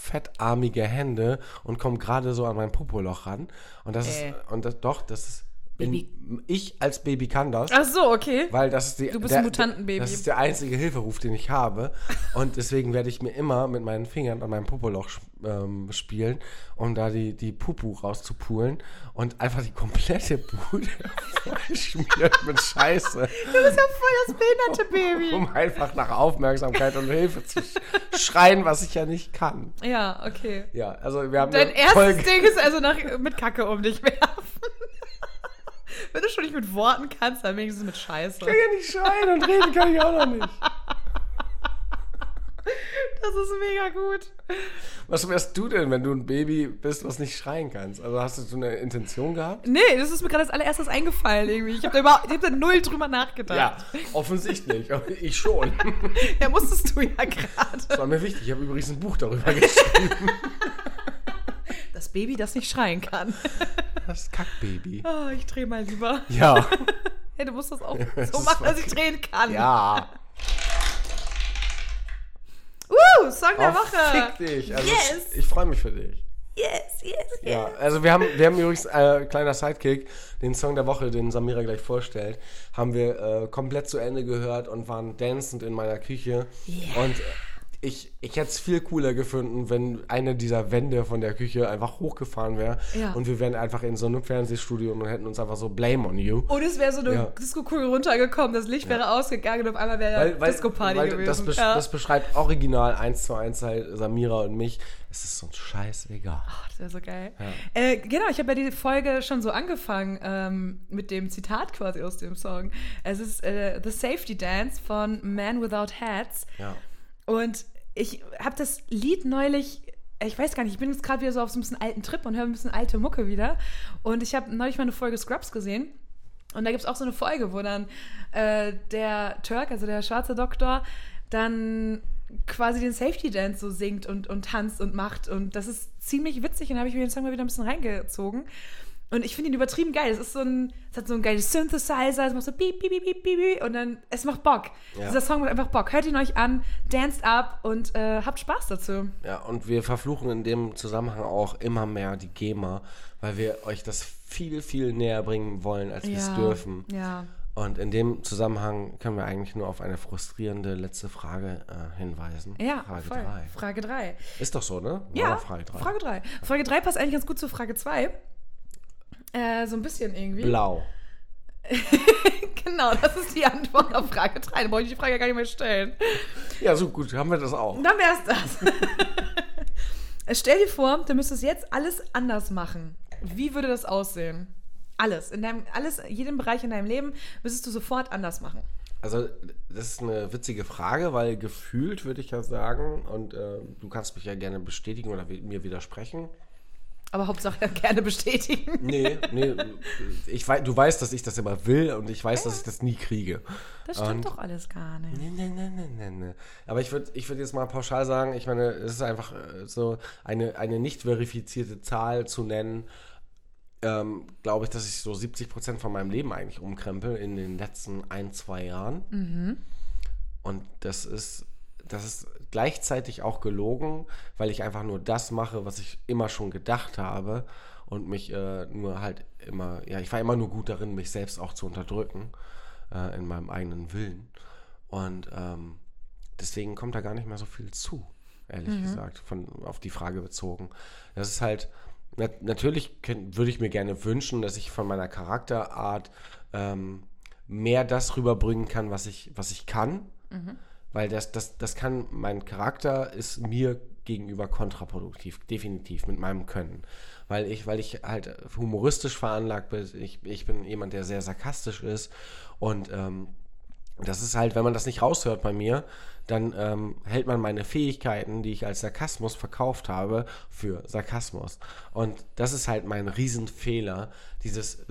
D: fettarmige Hände und komme gerade so an mein Popoloch ran und das
C: Äh.
D: ist und das, doch, das ist bin, ich als Baby kann das.
C: Ach so, okay.
D: Weil das ist die,
C: Du bist ein Mutantenbaby.
D: Das ist der einzige Hilferuf, den ich habe. Und deswegen werde ich mir immer mit meinen Fingern an meinem Popoloch sch- ähm, spielen, um da die, die Pupu rauszupulen und einfach die komplette Bude vollschmiert mit Scheiße,
C: Du bist ja voll das behinderte Baby.
D: um einfach nach Aufmerksamkeit und Hilfe zu sch- schreien, was ich ja nicht kann.
C: Ja, okay.
D: Ja, also wir haben
C: Dein
D: eine
C: erstes
D: Folge-
C: Ding ist also nach, mit Kacke um dich werfen. Wenn du schon nicht mit Worten kannst, dann wenigstens mit Scheiße.
D: Ich kann ja nicht schreien und reden kann ich auch noch nicht.
C: Das ist mega gut.
D: Was wärst du denn, wenn du ein Baby bist, was nicht schreien kannst? Also hast du so eine Intention gehabt?
C: Nee, das ist mir gerade als allererstes eingefallen irgendwie. Ich habe da, überhaupt- ich hab da null drüber nachgedacht.
D: offensichtlich. Ich schon.
C: Ja, musstest du ja gerade.
D: Das war mir wichtig. Ich habe übrigens ein Buch darüber geschrieben.
C: Das Baby, das nicht schreien kann.
D: Das Kackbaby.
C: Oh, ich drehe mal lieber.
D: Ja.
C: Ja, du musst das auch
D: Das
C: so
D: ist
C: machen, dass ich drehen kann.
D: Ja.
C: Uh, Song der
D: Oh,
C: Woche.
D: Fick dich. Also,
C: Yes.
D: Ich freue mich für dich.
C: Yes, yes, yes.
D: Ja, also wir haben, wir haben übrigens, äh, kleiner Sidekick, den Song der Woche, den Samira gleich vorstellt, haben wir äh, komplett zu Ende gehört und waren dancend in meiner Küche.
C: Yeah.
D: Und äh, ich, ich hätte es viel cooler gefunden, wenn eine dieser Wände von der Küche einfach hochgefahren wäre
C: Ja.
D: und wir wären einfach in so einem Fernsehstudio und hätten uns einfach so Blame on You.
C: Und es wäre so eine
D: Ja.
C: Disco-Kugel runtergekommen, das Licht wäre ausgegangen und auf einmal wäre Disco-Party
D: weil
C: gewesen.
D: Das, besch
C: ja.
D: das beschreibt original eins zu eins halt Samira und mich. Es ist uns scheißegal.
C: Ach, Oh, das wäre so geil. Äh, genau, ich habe ja die Folge schon so angefangen ähm, mit dem Zitat quasi aus dem Song. Es ist äh, The Safety Dance von Man Without Hats.
D: Ja.
C: Und ich habe das Lied neulich, äh, ich weiß gar nicht, ich bin jetzt gerade wieder so auf so ein bisschen alten Trip und höre ein bisschen alte Mucke wieder. Und ich habe neulich mal eine Folge Scrubs gesehen. Und da gibt es auch so eine Folge, wo dann äh, der Turk, also der schwarze Doktor, dann quasi den Safety Dance so singt und, und tanzt und macht. Und das ist ziemlich witzig. Und da habe ich mir den Song mal wieder ein bisschen reingezogen. Und ich finde ihn übertrieben geil. Es ist so ein, es hat so ein geiles Synthesizer, es macht so piep, piep, piep, piep, piep, piep und dann, es macht Bock.
D: Ja.
C: Dieser Song macht einfach Bock. Hört ihn euch an, danced ab und äh, habt Spaß dazu.
D: Ja, und wir verfluchen in dem Zusammenhang auch immer mehr die GEMA, weil wir euch das viel, viel näher bringen wollen, als wir es dürfen.
C: Ja.
D: Und in dem Zusammenhang können wir eigentlich nur auf eine frustrierende letzte Frage äh, hinweisen.
C: Ja,
D: Frage
C: voll.
D: 3.
C: Frage 3.
D: Ist doch so, ne?
C: Ja,
D: Oder Frage 3.
C: Frage 3. Frage 3 passt eigentlich ganz gut zu Frage 2. Äh, so ein bisschen irgendwie.
D: Blau.
C: Genau, das ist die Antwort auf Frage 3. Da brauche ich die Frage gar nicht mehr stellen.
D: Ja, so gut, haben wir das auch.
C: Dann wär's das. Stell dir vor, du müsstest jetzt alles anders machen. Wie würde das aussehen? Alles, in deinem, alles, jeden Bereich in deinem Leben müsstest du sofort anders machen.
D: Also, das ist eine witzige Frage, weil gefühlt würde ich ja sagen, und äh, du kannst mich ja gerne bestätigen oder wi- mir widersprechen.
C: Aber Hauptsache gerne bestätigen.
D: Nee, nee. Ich wei du weißt, dass ich das immer will und ich weiß, dass ich das nie kriege.
C: Das stimmt
D: Und-
C: doch alles gar nicht.
D: Nee, nee, nee, nee, nee, nee. Aber ich würde ich würd jetzt mal pauschal sagen, ich meine, es ist einfach äh, so eine, eine nicht verifizierte Zahl zu nennen, ähm, glaube ich, dass ich so 70 Prozent von meinem Leben eigentlich umkrempel in den letzten ein, zwei Jahren. Und das ist, das ist gleichzeitig auch gelogen, weil ich einfach nur das mache, was ich immer schon gedacht habe und mich äh, nur halt immer, ja, ich war immer nur gut darin, mich selbst auch zu unterdrücken äh, in meinem eigenen Willen. Und ähm, deswegen kommt da gar nicht mehr so viel zu, ehrlich gesagt, von, auf die Frage bezogen. Das ist halt, na, natürlich könnt- würde ich mir gerne wünschen, dass ich von meiner Charakterart ähm, mehr das rüberbringen kann, was ich, was ich kann. Weil das, das, das kann, mein Charakter ist mir gegenüber kontraproduktiv, definitiv, mit meinem Können. Weil ich, weil ich halt humoristisch veranlagt bin, ich, ich bin jemand, der sehr sarkastisch ist und ähm, das ist halt, wenn man das nicht raushört bei mir, dann ähm, hält man meine Fähigkeiten, die ich als Sarkasmus verkauft habe, für Sarkasmus. Und das ist halt mein Riesenfehler. Dieses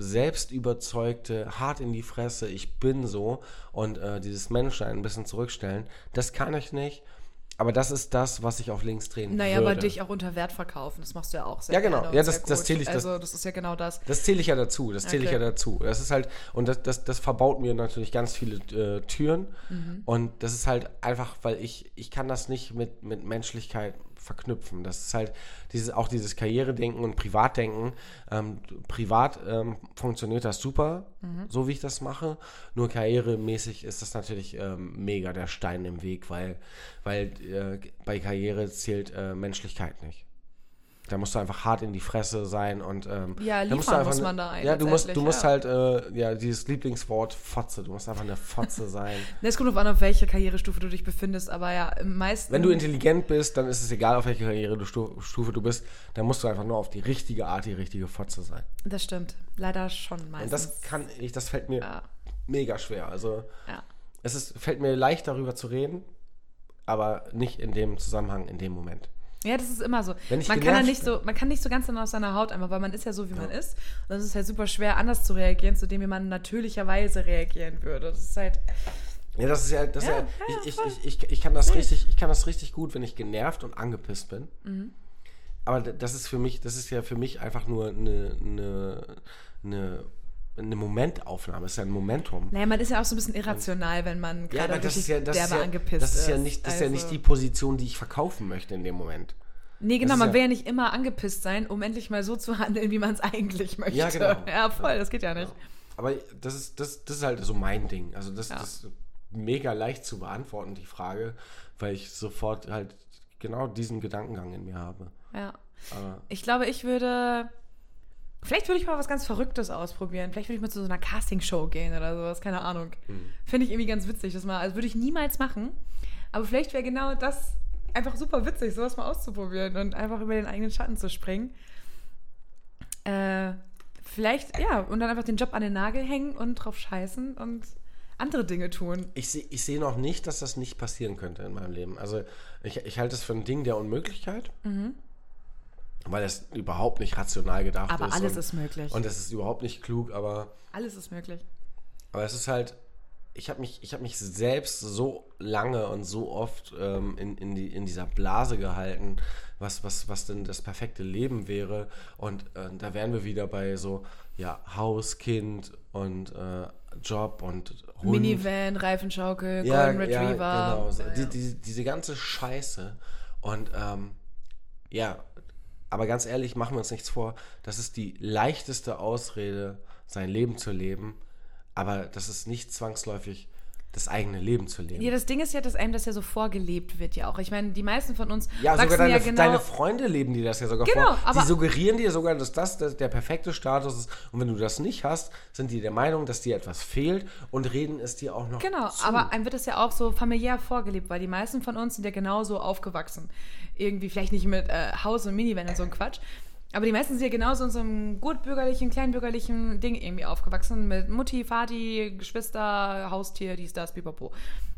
D: selbstüberzeugte, hart in die Fresse, ich bin so und äh, dieses Menschsein ein bisschen zurückstellen, das kann ich nicht. Aber das ist das, was ich auf links drehen
C: Naja,
D: würde.
C: aber dich auch unter Wert verkaufen, das machst du ja auch sehr
D: Ja, genau.
C: gerne und
D: Ja, das-
C: sehr
D: das
C: gut.
D: zähle ich, das-
C: Also, das ist ja genau das.
D: Das zähle ich ja dazu, das zähle ich
C: Okay.
D: ja dazu. Das ist halt, und das, das, das verbaut mir natürlich ganz viele äh, Türen. Und das ist halt einfach, weil ich, ich kann das nicht mit, mit Menschlichkeit verknüpfen. Das ist halt dieses, auch dieses Karrieredenken und Privatdenken. Ähm, privat ähm, funktioniert das super, so wie ich das mache. Nur karrieremäßig ist das natürlich ähm, mega der Stein im Weg, weil, weil äh, bei Karriere zählt äh, Menschlichkeit nicht. Da musst du einfach hart in die Fresse sein und ähm,
C: Ja,
D: da musst du
C: liefern
D: einfach
C: muss
D: ne-
C: man da ein-
D: Ja, du musst, du
C: letztendlich,
D: musst
C: ja.
D: halt äh, ja dieses Lieblingswort Fotze. Du musst einfach eine Fotze sein.
C: Es kommt drauf an, auf welcher Karrierestufe du dich befindest, aber ja, im meisten.
D: Wenn du intelligent bist, dann ist es egal, auf welcher Karrierestufe du bist. Dann musst du einfach nur auf die richtige Art die richtige Fotze sein.
C: Das stimmt. Leider schon
D: Und
C: meistens.
D: das kann ich, das fällt mir
C: ja,
D: mega schwer. Also
C: ja.
D: es ist, fällt mir leicht darüber zu reden, aber nicht in dem Zusammenhang, in dem Moment.
C: Ja, das ist immer so.
D: Wenn ich
C: man kann ja
D: genervt
C: nicht so, man kann nicht so ganz dann aus seiner Haut einfach, weil man ist ja so, wie man ist. Und das ist halt super schwer, anders zu reagieren, zu dem, wie man natürlicherweise reagieren würde. Das ist halt.
D: Ja, das ist ja, das
C: Ja,
D: ist ja,
C: ja,
D: ich,
C: voll.
D: ich, ich, ich, ich kann das
C: Nee.
D: richtig, ich kann das richtig gut, wenn ich genervt und angepisst bin.
C: Mhm.
D: Aber d- das ist für mich, das ist ja für mich einfach nur eine, eine, eine, eine Momentaufnahme, das ist ja ein Momentum.
C: Naja, man ist ja auch so ein bisschen irrational, wenn man
D: Ja,
C: gerade
D: aber das
C: richtig
D: ist ja, das
C: derbe
D: ist ja,
C: angepisst
D: das ist ja nicht, das ist ja nicht
C: Also-
D: die Position, die ich verkaufen möchte in dem Moment.
C: Nee, genau,
D: ist
C: man
D: ja-
C: will ja nicht immer angepisst sein, um endlich mal so zu handeln, wie man es eigentlich möchte.
D: Ja, genau.
C: Ja, voll, das geht ja nicht.
D: Aber das ist, das, das ist halt so mein Ding. Also das,
C: Ja.
D: das ist mega leicht zu beantworten, die Frage, weil ich sofort halt genau diesen Gedankengang in mir habe.
C: Ja.
D: Aber
C: Ich glaube, ich würde. Vielleicht würde ich mal was ganz Verrücktes ausprobieren. Vielleicht würde ich mal zu so einer Castingshow gehen oder sowas, keine Ahnung.
D: Mhm.
C: Finde ich irgendwie ganz witzig, das mal. Also würde ich niemals machen. Aber vielleicht wäre genau das einfach super witzig, sowas mal auszuprobieren und einfach über den eigenen Schatten zu springen. Äh, vielleicht, ja, und dann einfach den Job an den Nagel hängen und drauf scheißen und andere Dinge tun.
D: ich sehe ich seh noch nicht, dass das nicht passieren könnte in meinem Leben. Also ich, ich halte es für ein Ding der Unmöglichkeit,
C: Mhm.
D: weil es überhaupt nicht rational gedacht
C: Aber
D: ist.
C: alles
D: und,
C: ist möglich.
D: Und es ist überhaupt nicht klug, aber...
C: Alles ist möglich.
D: Aber es ist halt, ich habe mich, ich hab mich selbst so lange und so oft ähm, in, in, die, in dieser Blase gehalten, was, was, was denn das perfekte Leben wäre. Und äh, da wären wir wieder bei so, ja, Haus, Kind und äh, Job und Hund.
C: Minivan, Reifenschaukel, Golden Retriever.
D: Ja, genau. So.
C: Ja,
D: Die,
C: ja.
D: die, diese ganze Scheiße. Und ähm, ja, aber ganz ehrlich, machen wir uns nichts vor. Das ist die leichteste Ausrede, sein Leben zu leben. Aber das ist nicht zwangsläufig das eigene Leben zu leben.
C: Ja, das Ding ist ja, dass einem das ja so vorgelebt wird, ja auch. Ich meine, die meisten von uns
D: Ja,
C: wachsen
D: sogar deine,
C: ja genau.
D: deine Freunde leben dir das ja sogar
C: Genau,
D: vor.
C: aber-
D: die suggerieren dir sogar, dass das der, der perfekte Status ist. Und wenn du das nicht hast, sind die der Meinung, dass dir etwas fehlt und reden es dir auch noch
C: genau,
D: zu.
C: aber einem wird das ja auch so familiär vorgelebt, weil die meisten von uns sind ja genauso aufgewachsen. Irgendwie, vielleicht nicht mit äh, Haus und Minivan und so ein Quatsch. Aber die meisten sind ja genauso in so einem gutbürgerlichen, kleinbürgerlichen Ding irgendwie aufgewachsen. Mit Mutti, Vati, Geschwister, Haustier, dies, das, pipapo.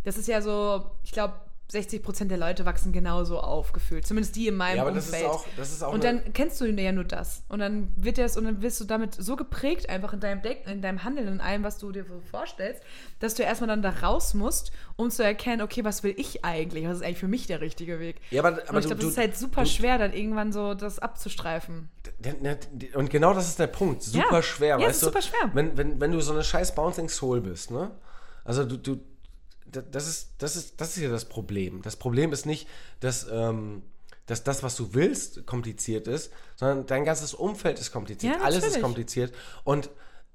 C: Das ist ja so, ich glaube, 60 Prozent der Leute wachsen genauso auf, gefühlt. Zumindest die in meinem
D: Ja, aber das
C: Umfeld.
D: ist auch- das ist auch
C: und
D: eine-
C: dann kennst du ja nur das. Und dann wird das, und dann wirst du damit so geprägt einfach in deinem Denken, in deinem Handeln, in allem, was du dir so vorstellst, dass du erstmal dann da raus musst, um zu erkennen, okay, was will ich eigentlich? Was ist eigentlich für mich der richtige Weg?
D: Ja, aber-
C: und
D: aber
C: ich
D: du-
C: glaube,
D: du-
C: das ist halt super
D: du-
C: schwer, dann irgendwann so das abzustreifen.
D: Der- der- der- Und genau das ist der Punkt. Super
C: Ja.
D: schwer,
C: Ja, es
D: weißt
C: ist
D: du?
C: super schwer.
D: Wenn, wenn, wenn du so eine scheiß Bouncing Soul bist, ne? Also du, du da- das ist, das ist, das ist ja das Problem. Das Problem ist nicht, dass, ähm, dass das, was du willst, kompliziert ist, sondern dein ganzes Umfeld ist kompliziert.
C: Ja,
D: Alles ist
C: natürlich.
D: kompliziert. Und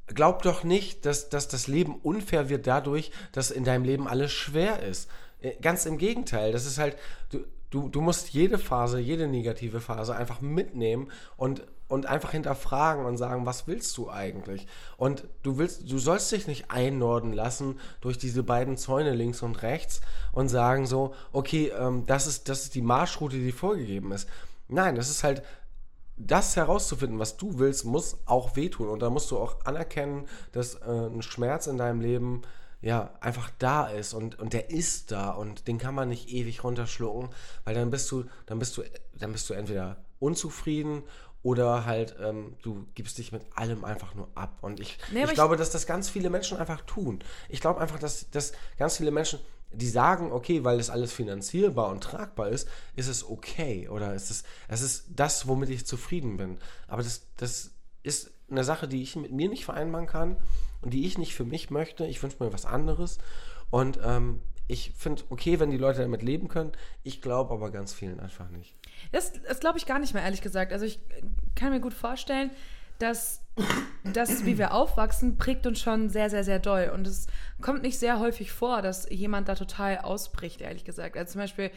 D: glaub doch nicht, dass, dass das Leben unfair wird dadurch, dass in deinem Leben alles schwer ist. Äh, Ganz im Gegenteil. Das ist halt, du, du, du musst jede Phase, jede negative Phase einfach mitnehmen und, und einfach hinterfragen und sagen, was willst du eigentlich? Und du willst, du sollst dich nicht einnorden lassen durch diese beiden Zäune links und rechts und sagen so, okay, ähm, das, ist, das ist die Marschroute, die vorgegeben ist. Nein, das ist halt, das herauszufinden, was du willst, muss auch wehtun. Und da musst du auch anerkennen, dass äh, ein Schmerz in deinem Leben ja einfach da ist und, und der ist da und den kann man nicht ewig runterschlucken, weil dann bist du, dann bist du, dann bist du entweder unzufrieden oder halt ähm, du gibst dich mit allem einfach nur ab. Und ich,
C: Nee, aber
D: ich
C: ich-
D: glaube, dass das ganz viele Menschen einfach tun. Ich glaube einfach, dass, dass ganz viele Menschen, die sagen, okay, weil das alles finanzierbar und tragbar ist, ist es okay oder ist es, es ist das, womit ich zufrieden bin. Aber das, das ist eine Sache, die ich mit mir nicht vereinbaren kann und die ich nicht für mich möchte. Ich wünsche mir was anderes und ähm, Ich finde okay, wenn die Leute damit leben können. Ich glaube aber ganz vielen einfach nicht.
C: Das, das glaube ich gar nicht mehr, ehrlich gesagt. Also ich äh, kann mir gut vorstellen, dass das, wie wir aufwachsen, prägt uns schon sehr, sehr, sehr doll. Und es kommt nicht sehr häufig vor, dass jemand da total ausbricht, ehrlich gesagt. Also zum Beispiel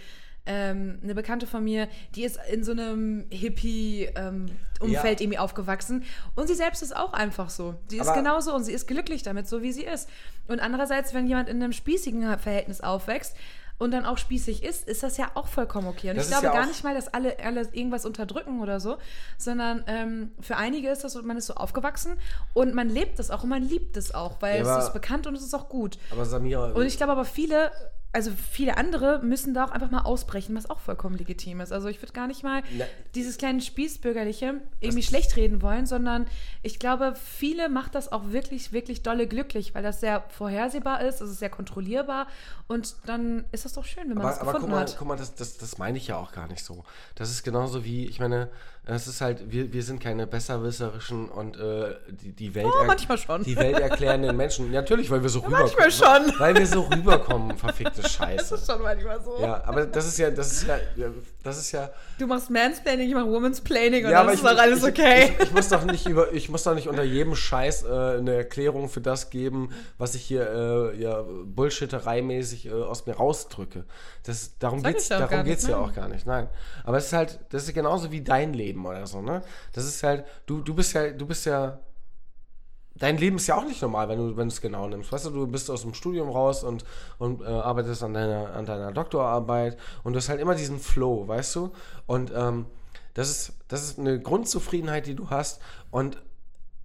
C: ähm, eine Bekannte von mir, die ist in so einem Hippie-Umfeld
D: Ja.
C: irgendwie aufgewachsen. Und sie selbst ist auch einfach so. Sie ist
D: Aber-
C: genauso und sie ist glücklich damit, so wie sie ist. Und andererseits, wenn jemand in einem spießigen Verhältnis aufwächst, und dann auch spießig ist, ist das ja auch vollkommen okay. Und
D: Das
C: ich
D: ist
C: glaube
D: ja
C: gar
D: auch-
C: nicht mal, dass alle, alle irgendwas unterdrücken oder so, sondern ähm, für einige ist das so, man ist so aufgewachsen und man lebt das auch und man liebt es auch, weil
D: Ja, aber-
C: es ist bekannt und es ist auch gut.
D: Aber Samira,
C: Und ich glaube aber viele, also viele andere müssen da auch einfach mal ausbrechen, was auch vollkommen legitim ist. Also ich würde gar nicht mal
D: Na-
C: dieses kleine Spießbürgerliche irgendwie schlecht reden wollen, sondern ich glaube, viele macht das auch wirklich, wirklich dolle glücklich, weil das sehr vorhersehbar ist, es ist sehr kontrollierbar und dann ist das doch schön, wenn man das
D: aber, aber
C: gefunden
D: guck mal,
C: hat.
D: guck mal das, das, das meine ich ja auch gar nicht so. Das ist genauso wie, ich meine, es ist halt, wir, wir sind keine besserwisserischen und äh, die, die Welt.
C: Oh, manchmal schon.
D: Die Welt erklärenden Menschen. Natürlich, weil wir so rüberkommen.
C: manchmal schon.
D: Weil wir so rüberkommen, verfickte Scheiße.
C: Das ist schon manchmal so.
D: Ja, aber das ist ja, das ist ja, ja, das ist ja.
C: Du machst Mansplaining, ich mach Womansplaining und
D: ja,
C: dann
D: aber
C: ist doch alles okay.
D: Ich, ich, ich muss doch nicht über, ich muss doch nicht unter jedem Scheiß äh, eine Erklärung für das geben, was ich hier äh, ja Bullshitterei-mäßig äh, aus mir rausdrücke. Das, darum
C: Sag ich
D: geht's,
C: ja auch gar
D: darum
C: nicht,
D: geht's ja
C: nein.
D: auch gar nicht. Nein, aber es ist halt, das ist genauso wie dein Leben oder so. Ne, das ist halt, du, du bist ja, du bist ja dein Leben ist ja auch nicht normal, wenn du wenn du es genau nimmst. Weißt du, du bist aus dem Studium raus und, und äh, arbeitest an deiner, an deiner Doktorarbeit und du hast halt immer diesen Flow, weißt du? Und ähm, das, ist, das ist eine Grundzufriedenheit, die du hast. Und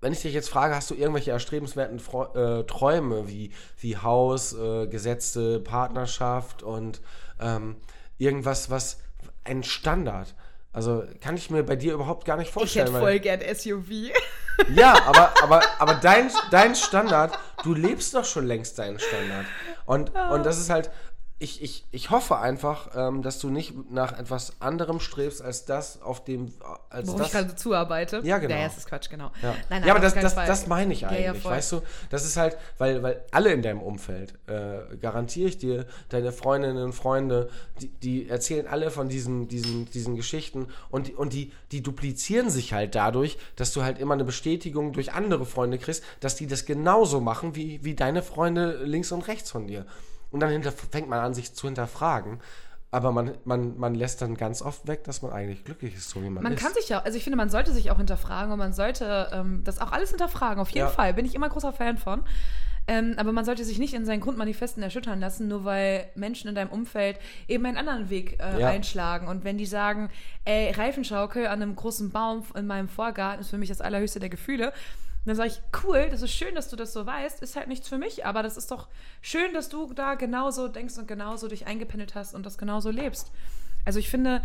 D: wenn ich dich jetzt frage, hast du irgendwelche erstrebenswerten Freu- äh, Träume wie, wie Haus, äh, gesetzte Partnerschaft und ähm, irgendwas, was ein Standard. Also kann ich mir bei dir überhaupt gar nicht
C: Ich
D: vorstellen.
C: hätte
D: weil-
C: voll gern SUV.
D: ja, aber, aber, aber dein, dein Standard, du lebst doch schon längst deinen Standard. Und, und das ist halt, ich, ich, ich hoffe einfach, ähm, dass du nicht nach etwas anderem strebst, als das, auf dem. Als
C: Worauf
D: das,
C: ich halt gerade zuarbeite.
D: Ja, genau.
C: Ja, das ist Quatsch, genau.
D: ja.
C: Nein, nein,
D: ja, aber
C: auf
D: das,
C: keinen
D: das,
C: Fall.
D: das meine ich eigentlich,
C: Ja, ja, voll.
D: weißt du? Das ist halt, weil, weil alle in deinem Umfeld, äh, garantiere ich dir, deine Freundinnen und Freunde, die, die erzählen alle von diesen, diesen, diesen Geschichten und, die- und die, die duplizieren sich halt dadurch, dass du halt immer eine Bestätigung durch andere Freunde kriegst, dass die das genauso machen wie, wie deine Freunde links und rechts von dir. Und dann hinter, fängt man an, sich zu hinterfragen. Aber man, man, man lässt dann ganz oft weg, dass man eigentlich glücklich ist, so wie man,
C: Man
D: ist.
C: kann sich ja, also ich finde, man sollte sich auch hinterfragen und man sollte ähm, das auch alles hinterfragen. Auf jeden
D: Ja.
C: Fall bin ich immer großer Fan von. Ähm, aber man sollte sich nicht in seinen Grundmanifesten erschüttern lassen, nur weil Menschen in deinem Umfeld eben einen anderen Weg äh,
D: Ja.
C: einschlagen. Und wenn die sagen, ey, Reifenschaukel an einem großen Baum in meinem Vorgarten ist für mich das allerhöchste der Gefühle, dann sage ich, cool, das ist schön, dass du das so weißt, ist halt nichts für mich, aber das ist doch schön, dass du da genauso denkst und genauso dich eingependelt hast und das genauso lebst. Also ich finde,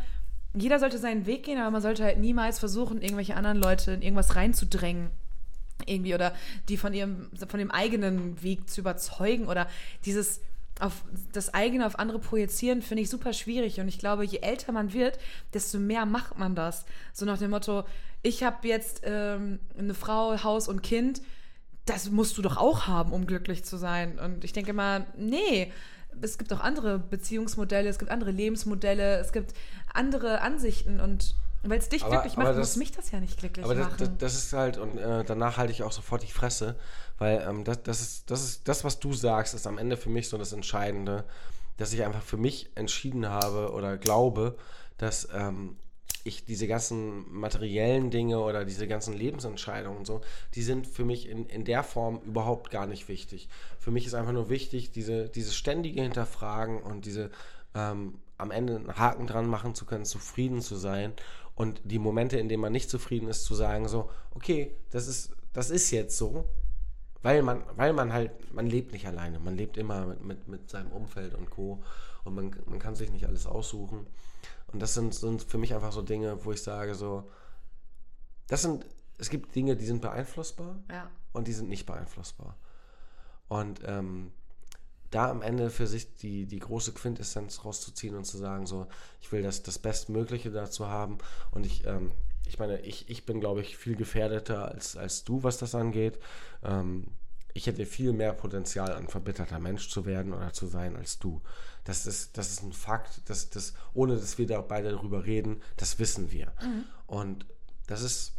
C: jeder sollte seinen Weg gehen, aber man sollte halt niemals versuchen, irgendwelche anderen Leute in irgendwas reinzudrängen. Irgendwie oder die von ihrem, von dem eigenen Weg zu überzeugen oder dieses auf das eigene auf andere projizieren, finde ich super schwierig. Und ich glaube, je älter man wird, desto mehr macht man das. So nach dem Motto, ich habe jetzt ähm, eine Frau, Haus und Kind, das musst du doch auch haben, um glücklich zu sein. Und ich denke mal, nee, es gibt auch andere Beziehungsmodelle, es gibt andere Lebensmodelle, es gibt andere Ansichten und weil es dich
D: Aber-
C: glücklich
D: aber
C: macht,
D: das-
C: muss mich das ja nicht glücklich
D: Aber das,
C: machen.
D: das, das ist halt, und äh, danach halte ich auch sofort die Fresse, weil ähm, das, das, ist, das ist das, was du sagst, ist am Ende für mich so das Entscheidende, dass ich einfach für mich entschieden habe oder glaube, dass ähm, ich diese ganzen materiellen Dinge oder diese ganzen Lebensentscheidungen und so, die sind für mich in, in der Form überhaupt gar nicht wichtig. Für mich ist einfach nur wichtig, diese, dieses ständige Hinterfragen und diese ähm, am Ende einen Haken dran machen zu können, zufrieden zu sein und die Momente, in denen man nicht zufrieden ist, zu sagen so, okay, das ist, das ist jetzt so, weil man, weil man halt, man lebt nicht alleine, man lebt immer mit, mit, mit seinem Umfeld und Co. Und man, man kann sich nicht alles aussuchen. Und das sind, sind für mich einfach so Dinge, wo ich sage so, das sind, es gibt Dinge, die sind beeinflussbar
C: ja.
D: und die sind nicht beeinflussbar. Und ähm, da am Ende für sich die, die große Quintessenz rauszuziehen und zu sagen, so, ich will das, das Bestmögliche dazu haben. Und ich, ähm, ich meine, ich, ich bin, glaube ich, viel gefährdeter als, als du, was das angeht. Ähm, ich hätte viel mehr Potenzial, ein verbitterter Mensch zu werden oder zu sein als du. Das ist, das ist ein Fakt, das, das, ohne dass wir da beide darüber reden, das wissen wir. Und das ist.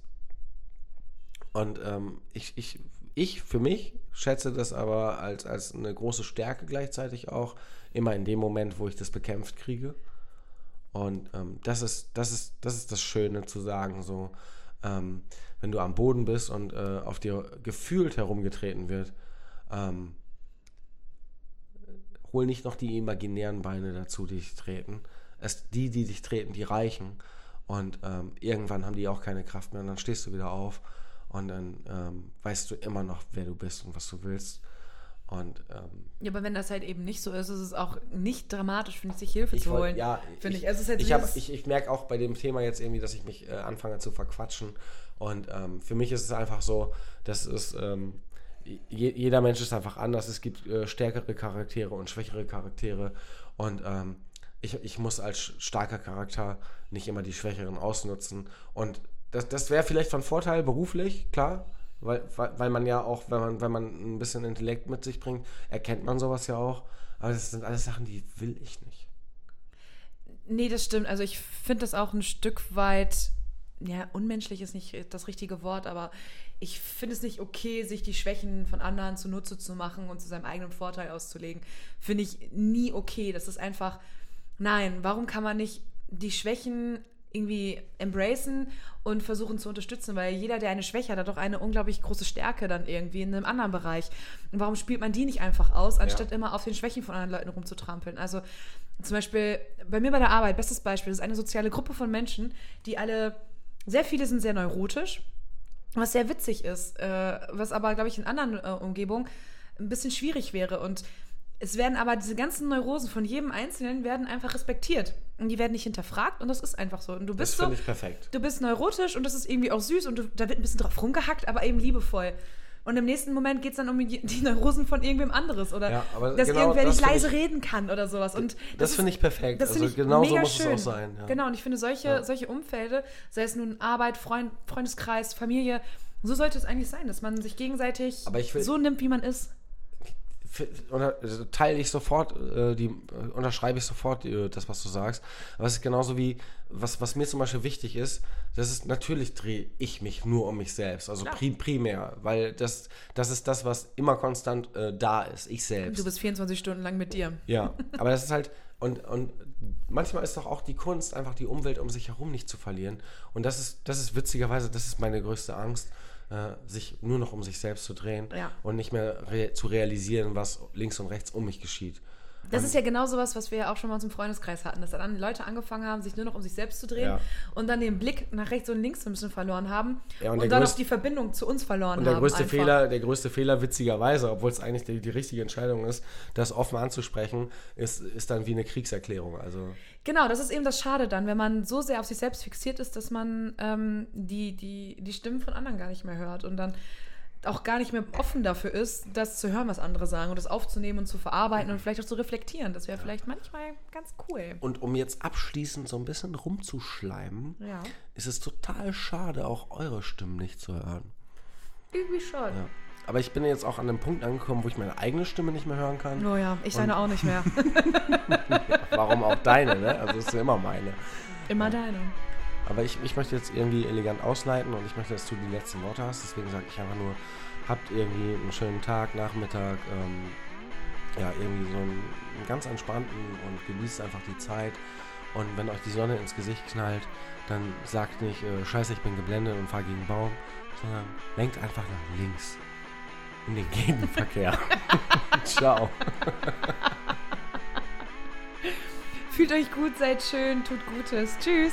D: Und ähm, ich, ich, ich für mich schätze das aber als, als eine große Stärke gleichzeitig auch, immer in dem Moment, wo ich das bekämpft kriege. Und ähm, das, ist, das, ist, das ist das Schöne zu sagen, so, ähm, wenn du am Boden bist und äh, auf dir gefühlt herumgetreten wird, ähm, hol nicht noch die imaginären Beine dazu, die dich treten. Es, die, die dich treten, die reichen. Und ähm, irgendwann haben die auch keine Kraft mehr und dann stehst du wieder auf und dann ähm, weißt du immer noch, wer du bist und was du willst. Und ähm,
C: Ja, aber wenn das halt eben nicht so ist, ist es auch nicht dramatisch, finde ich, sich Hilfe zu
D: wollt-
C: holen.
D: Ja,
C: finde ich. Also es ist halt
D: ich, hab,
C: dieses-
D: ich, ich merke auch bei dem Thema jetzt irgendwie, dass ich mich äh, anfange zu verquatschen. Und ähm, für mich ist es einfach so, dass es ähm, je, jeder Mensch ist einfach anders. Es gibt äh, stärkere Charaktere und schwächere Charaktere. Und ähm, ich, ich muss als starker Charakter nicht immer die Schwächeren ausnutzen. Und das, das wäre vielleicht von Vorteil beruflich, klar. Weil, weil, weil man ja auch, wenn man, wenn man ein bisschen Intellekt mit sich bringt, erkennt man sowas ja auch. Aber das sind alles Sachen, die will ich nicht.
C: Nee, das stimmt. Also ich finde das auch ein Stück weit, ja, unmenschlich ist nicht das richtige Wort, aber ich finde es nicht okay, sich die Schwächen von anderen zunutze zu machen und zu seinem eigenen Vorteil auszulegen. Finde ich nie okay. Das ist einfach, nein, warum kann man nicht die Schwächen irgendwie embracen und versuchen zu unterstützen, weil jeder, der eine Schwäche hat, hat doch eine unglaublich große Stärke dann irgendwie in einem anderen Bereich. Und warum spielt man die nicht einfach aus, anstatt immer auf den Schwächen von anderen Leuten rumzutrampeln? Also zum Beispiel bei mir bei der Arbeit, bestes Beispiel, das ist eine soziale Gruppe von Menschen, die alle, sehr viele sind sehr neurotisch, was sehr witzig ist, äh, was aber, glaube ich, in anderen äh, Umgebungen ein bisschen schwierig wäre. Und es werden aber diese ganzen Neurosen von jedem Einzelnen werden einfach respektiert. Und die werden nicht hinterfragt und das ist einfach so. Und du
D: Das
C: bist so,
D: finde ich perfekt.
C: du bist neurotisch und das ist irgendwie auch süß und du, da wird ein bisschen drauf rumgehackt, aber eben liebevoll. Und im nächsten Moment geht es dann um die die Neurosen von irgendwem anderes oder
D: Ja, aber
C: dass
D: genau
C: irgendwer
D: das
C: nicht
D: find
C: leise
D: ich-
C: reden kann oder sowas. Und
D: Das
C: ist-
D: finde ich perfekt.
C: Das
D: Also
C: finde ich
D: genau so
C: mega
D: muss es
C: schön.
D: auch sein, ja.
C: Genau, und ich finde solche,
D: Ja.
C: solche Umfelde, sei es nun Arbeit, Freund, Freundeskreis, Familie, so sollte es eigentlich sein, dass man sich gegenseitig
D: Aber ich will-
C: so nimmt, wie man ist.
D: F- unter- also teile ich sofort, äh, die, äh, unterschreibe ich sofort äh, das, was du sagst. Aber es ist genauso wie, was, was mir zum Beispiel wichtig ist, das ist natürlich drehe ich mich nur um mich selbst, also
C: Klar.
D: prim, primär, weil das, das ist das, was immer konstant äh, da ist, ich selbst.
C: Du bist 24 Stunden lang mit dir.
D: Ja, aber das ist halt, und, und manchmal ist doch auch die Kunst, einfach die Umwelt um sich herum nicht zu verlieren. Und das ist, das ist witzigerweise, das ist meine größte Angst, äh, sich nur noch um sich selbst zu drehen
C: Ja.
D: und nicht mehr re zu realisieren, was links und rechts um mich geschieht.
C: Das ist ja genau sowas, was wir ja auch schon mal in unserem Freundeskreis hatten, dass dann Leute angefangen haben, sich nur noch um sich selbst zu drehen
D: Ja.
C: und dann den Blick nach rechts und links so ein bisschen verloren haben
D: Ja,
C: und,
D: und der
C: dann auch
D: größte-
C: die Verbindung zu uns verloren
D: Und der
C: haben.
D: größte,
C: einfach.
D: Fehler, der größte Fehler, witzigerweise, obwohl es eigentlich die, die richtige Entscheidung ist, das offen anzusprechen, ist, ist dann wie eine Kriegserklärung. Also,
C: Genau, das ist eben das Schade dann, wenn man so sehr auf sich selbst fixiert ist, dass man ähm, die, die, die Stimmen von anderen gar nicht mehr hört und dann auch gar nicht mehr offen dafür ist, das zu hören, was andere sagen und das aufzunehmen und zu verarbeiten und vielleicht auch zu reflektieren. Das wäre vielleicht manchmal ganz cool.
D: und um jetzt abschließend so ein bisschen rumzuschleimen,
C: Ja,
D: ist es total schade, auch eure Stimmen nicht zu hören.
C: irgendwie schon.
D: Ja. Aber ich bin jetzt auch an einem Punkt angekommen, wo ich meine eigene Stimme nicht mehr hören kann.
C: Oh ja, ich deine auch nicht mehr.
D: Warum auch deine, ne? Also ist ja immer meine.
C: Immer deine.
D: Aber ich, ich möchte jetzt irgendwie elegant ausleiten und ich möchte, dass du die letzten Worte hast. Deswegen sage ich einfach nur, habt irgendwie einen schönen Tag, Nachmittag, ähm, ja, irgendwie so einen, einen ganz entspannten und genießt einfach die Zeit. Und wenn euch die Sonne ins Gesicht knallt, dann sagt nicht, äh, scheiße, ich bin geblendet und fahre gegen einen Baum, sondern lenkt einfach nach links. In den Gegenverkehr. Ciao.
C: Fühlt euch gut, seid schön, tut Gutes. Tschüss.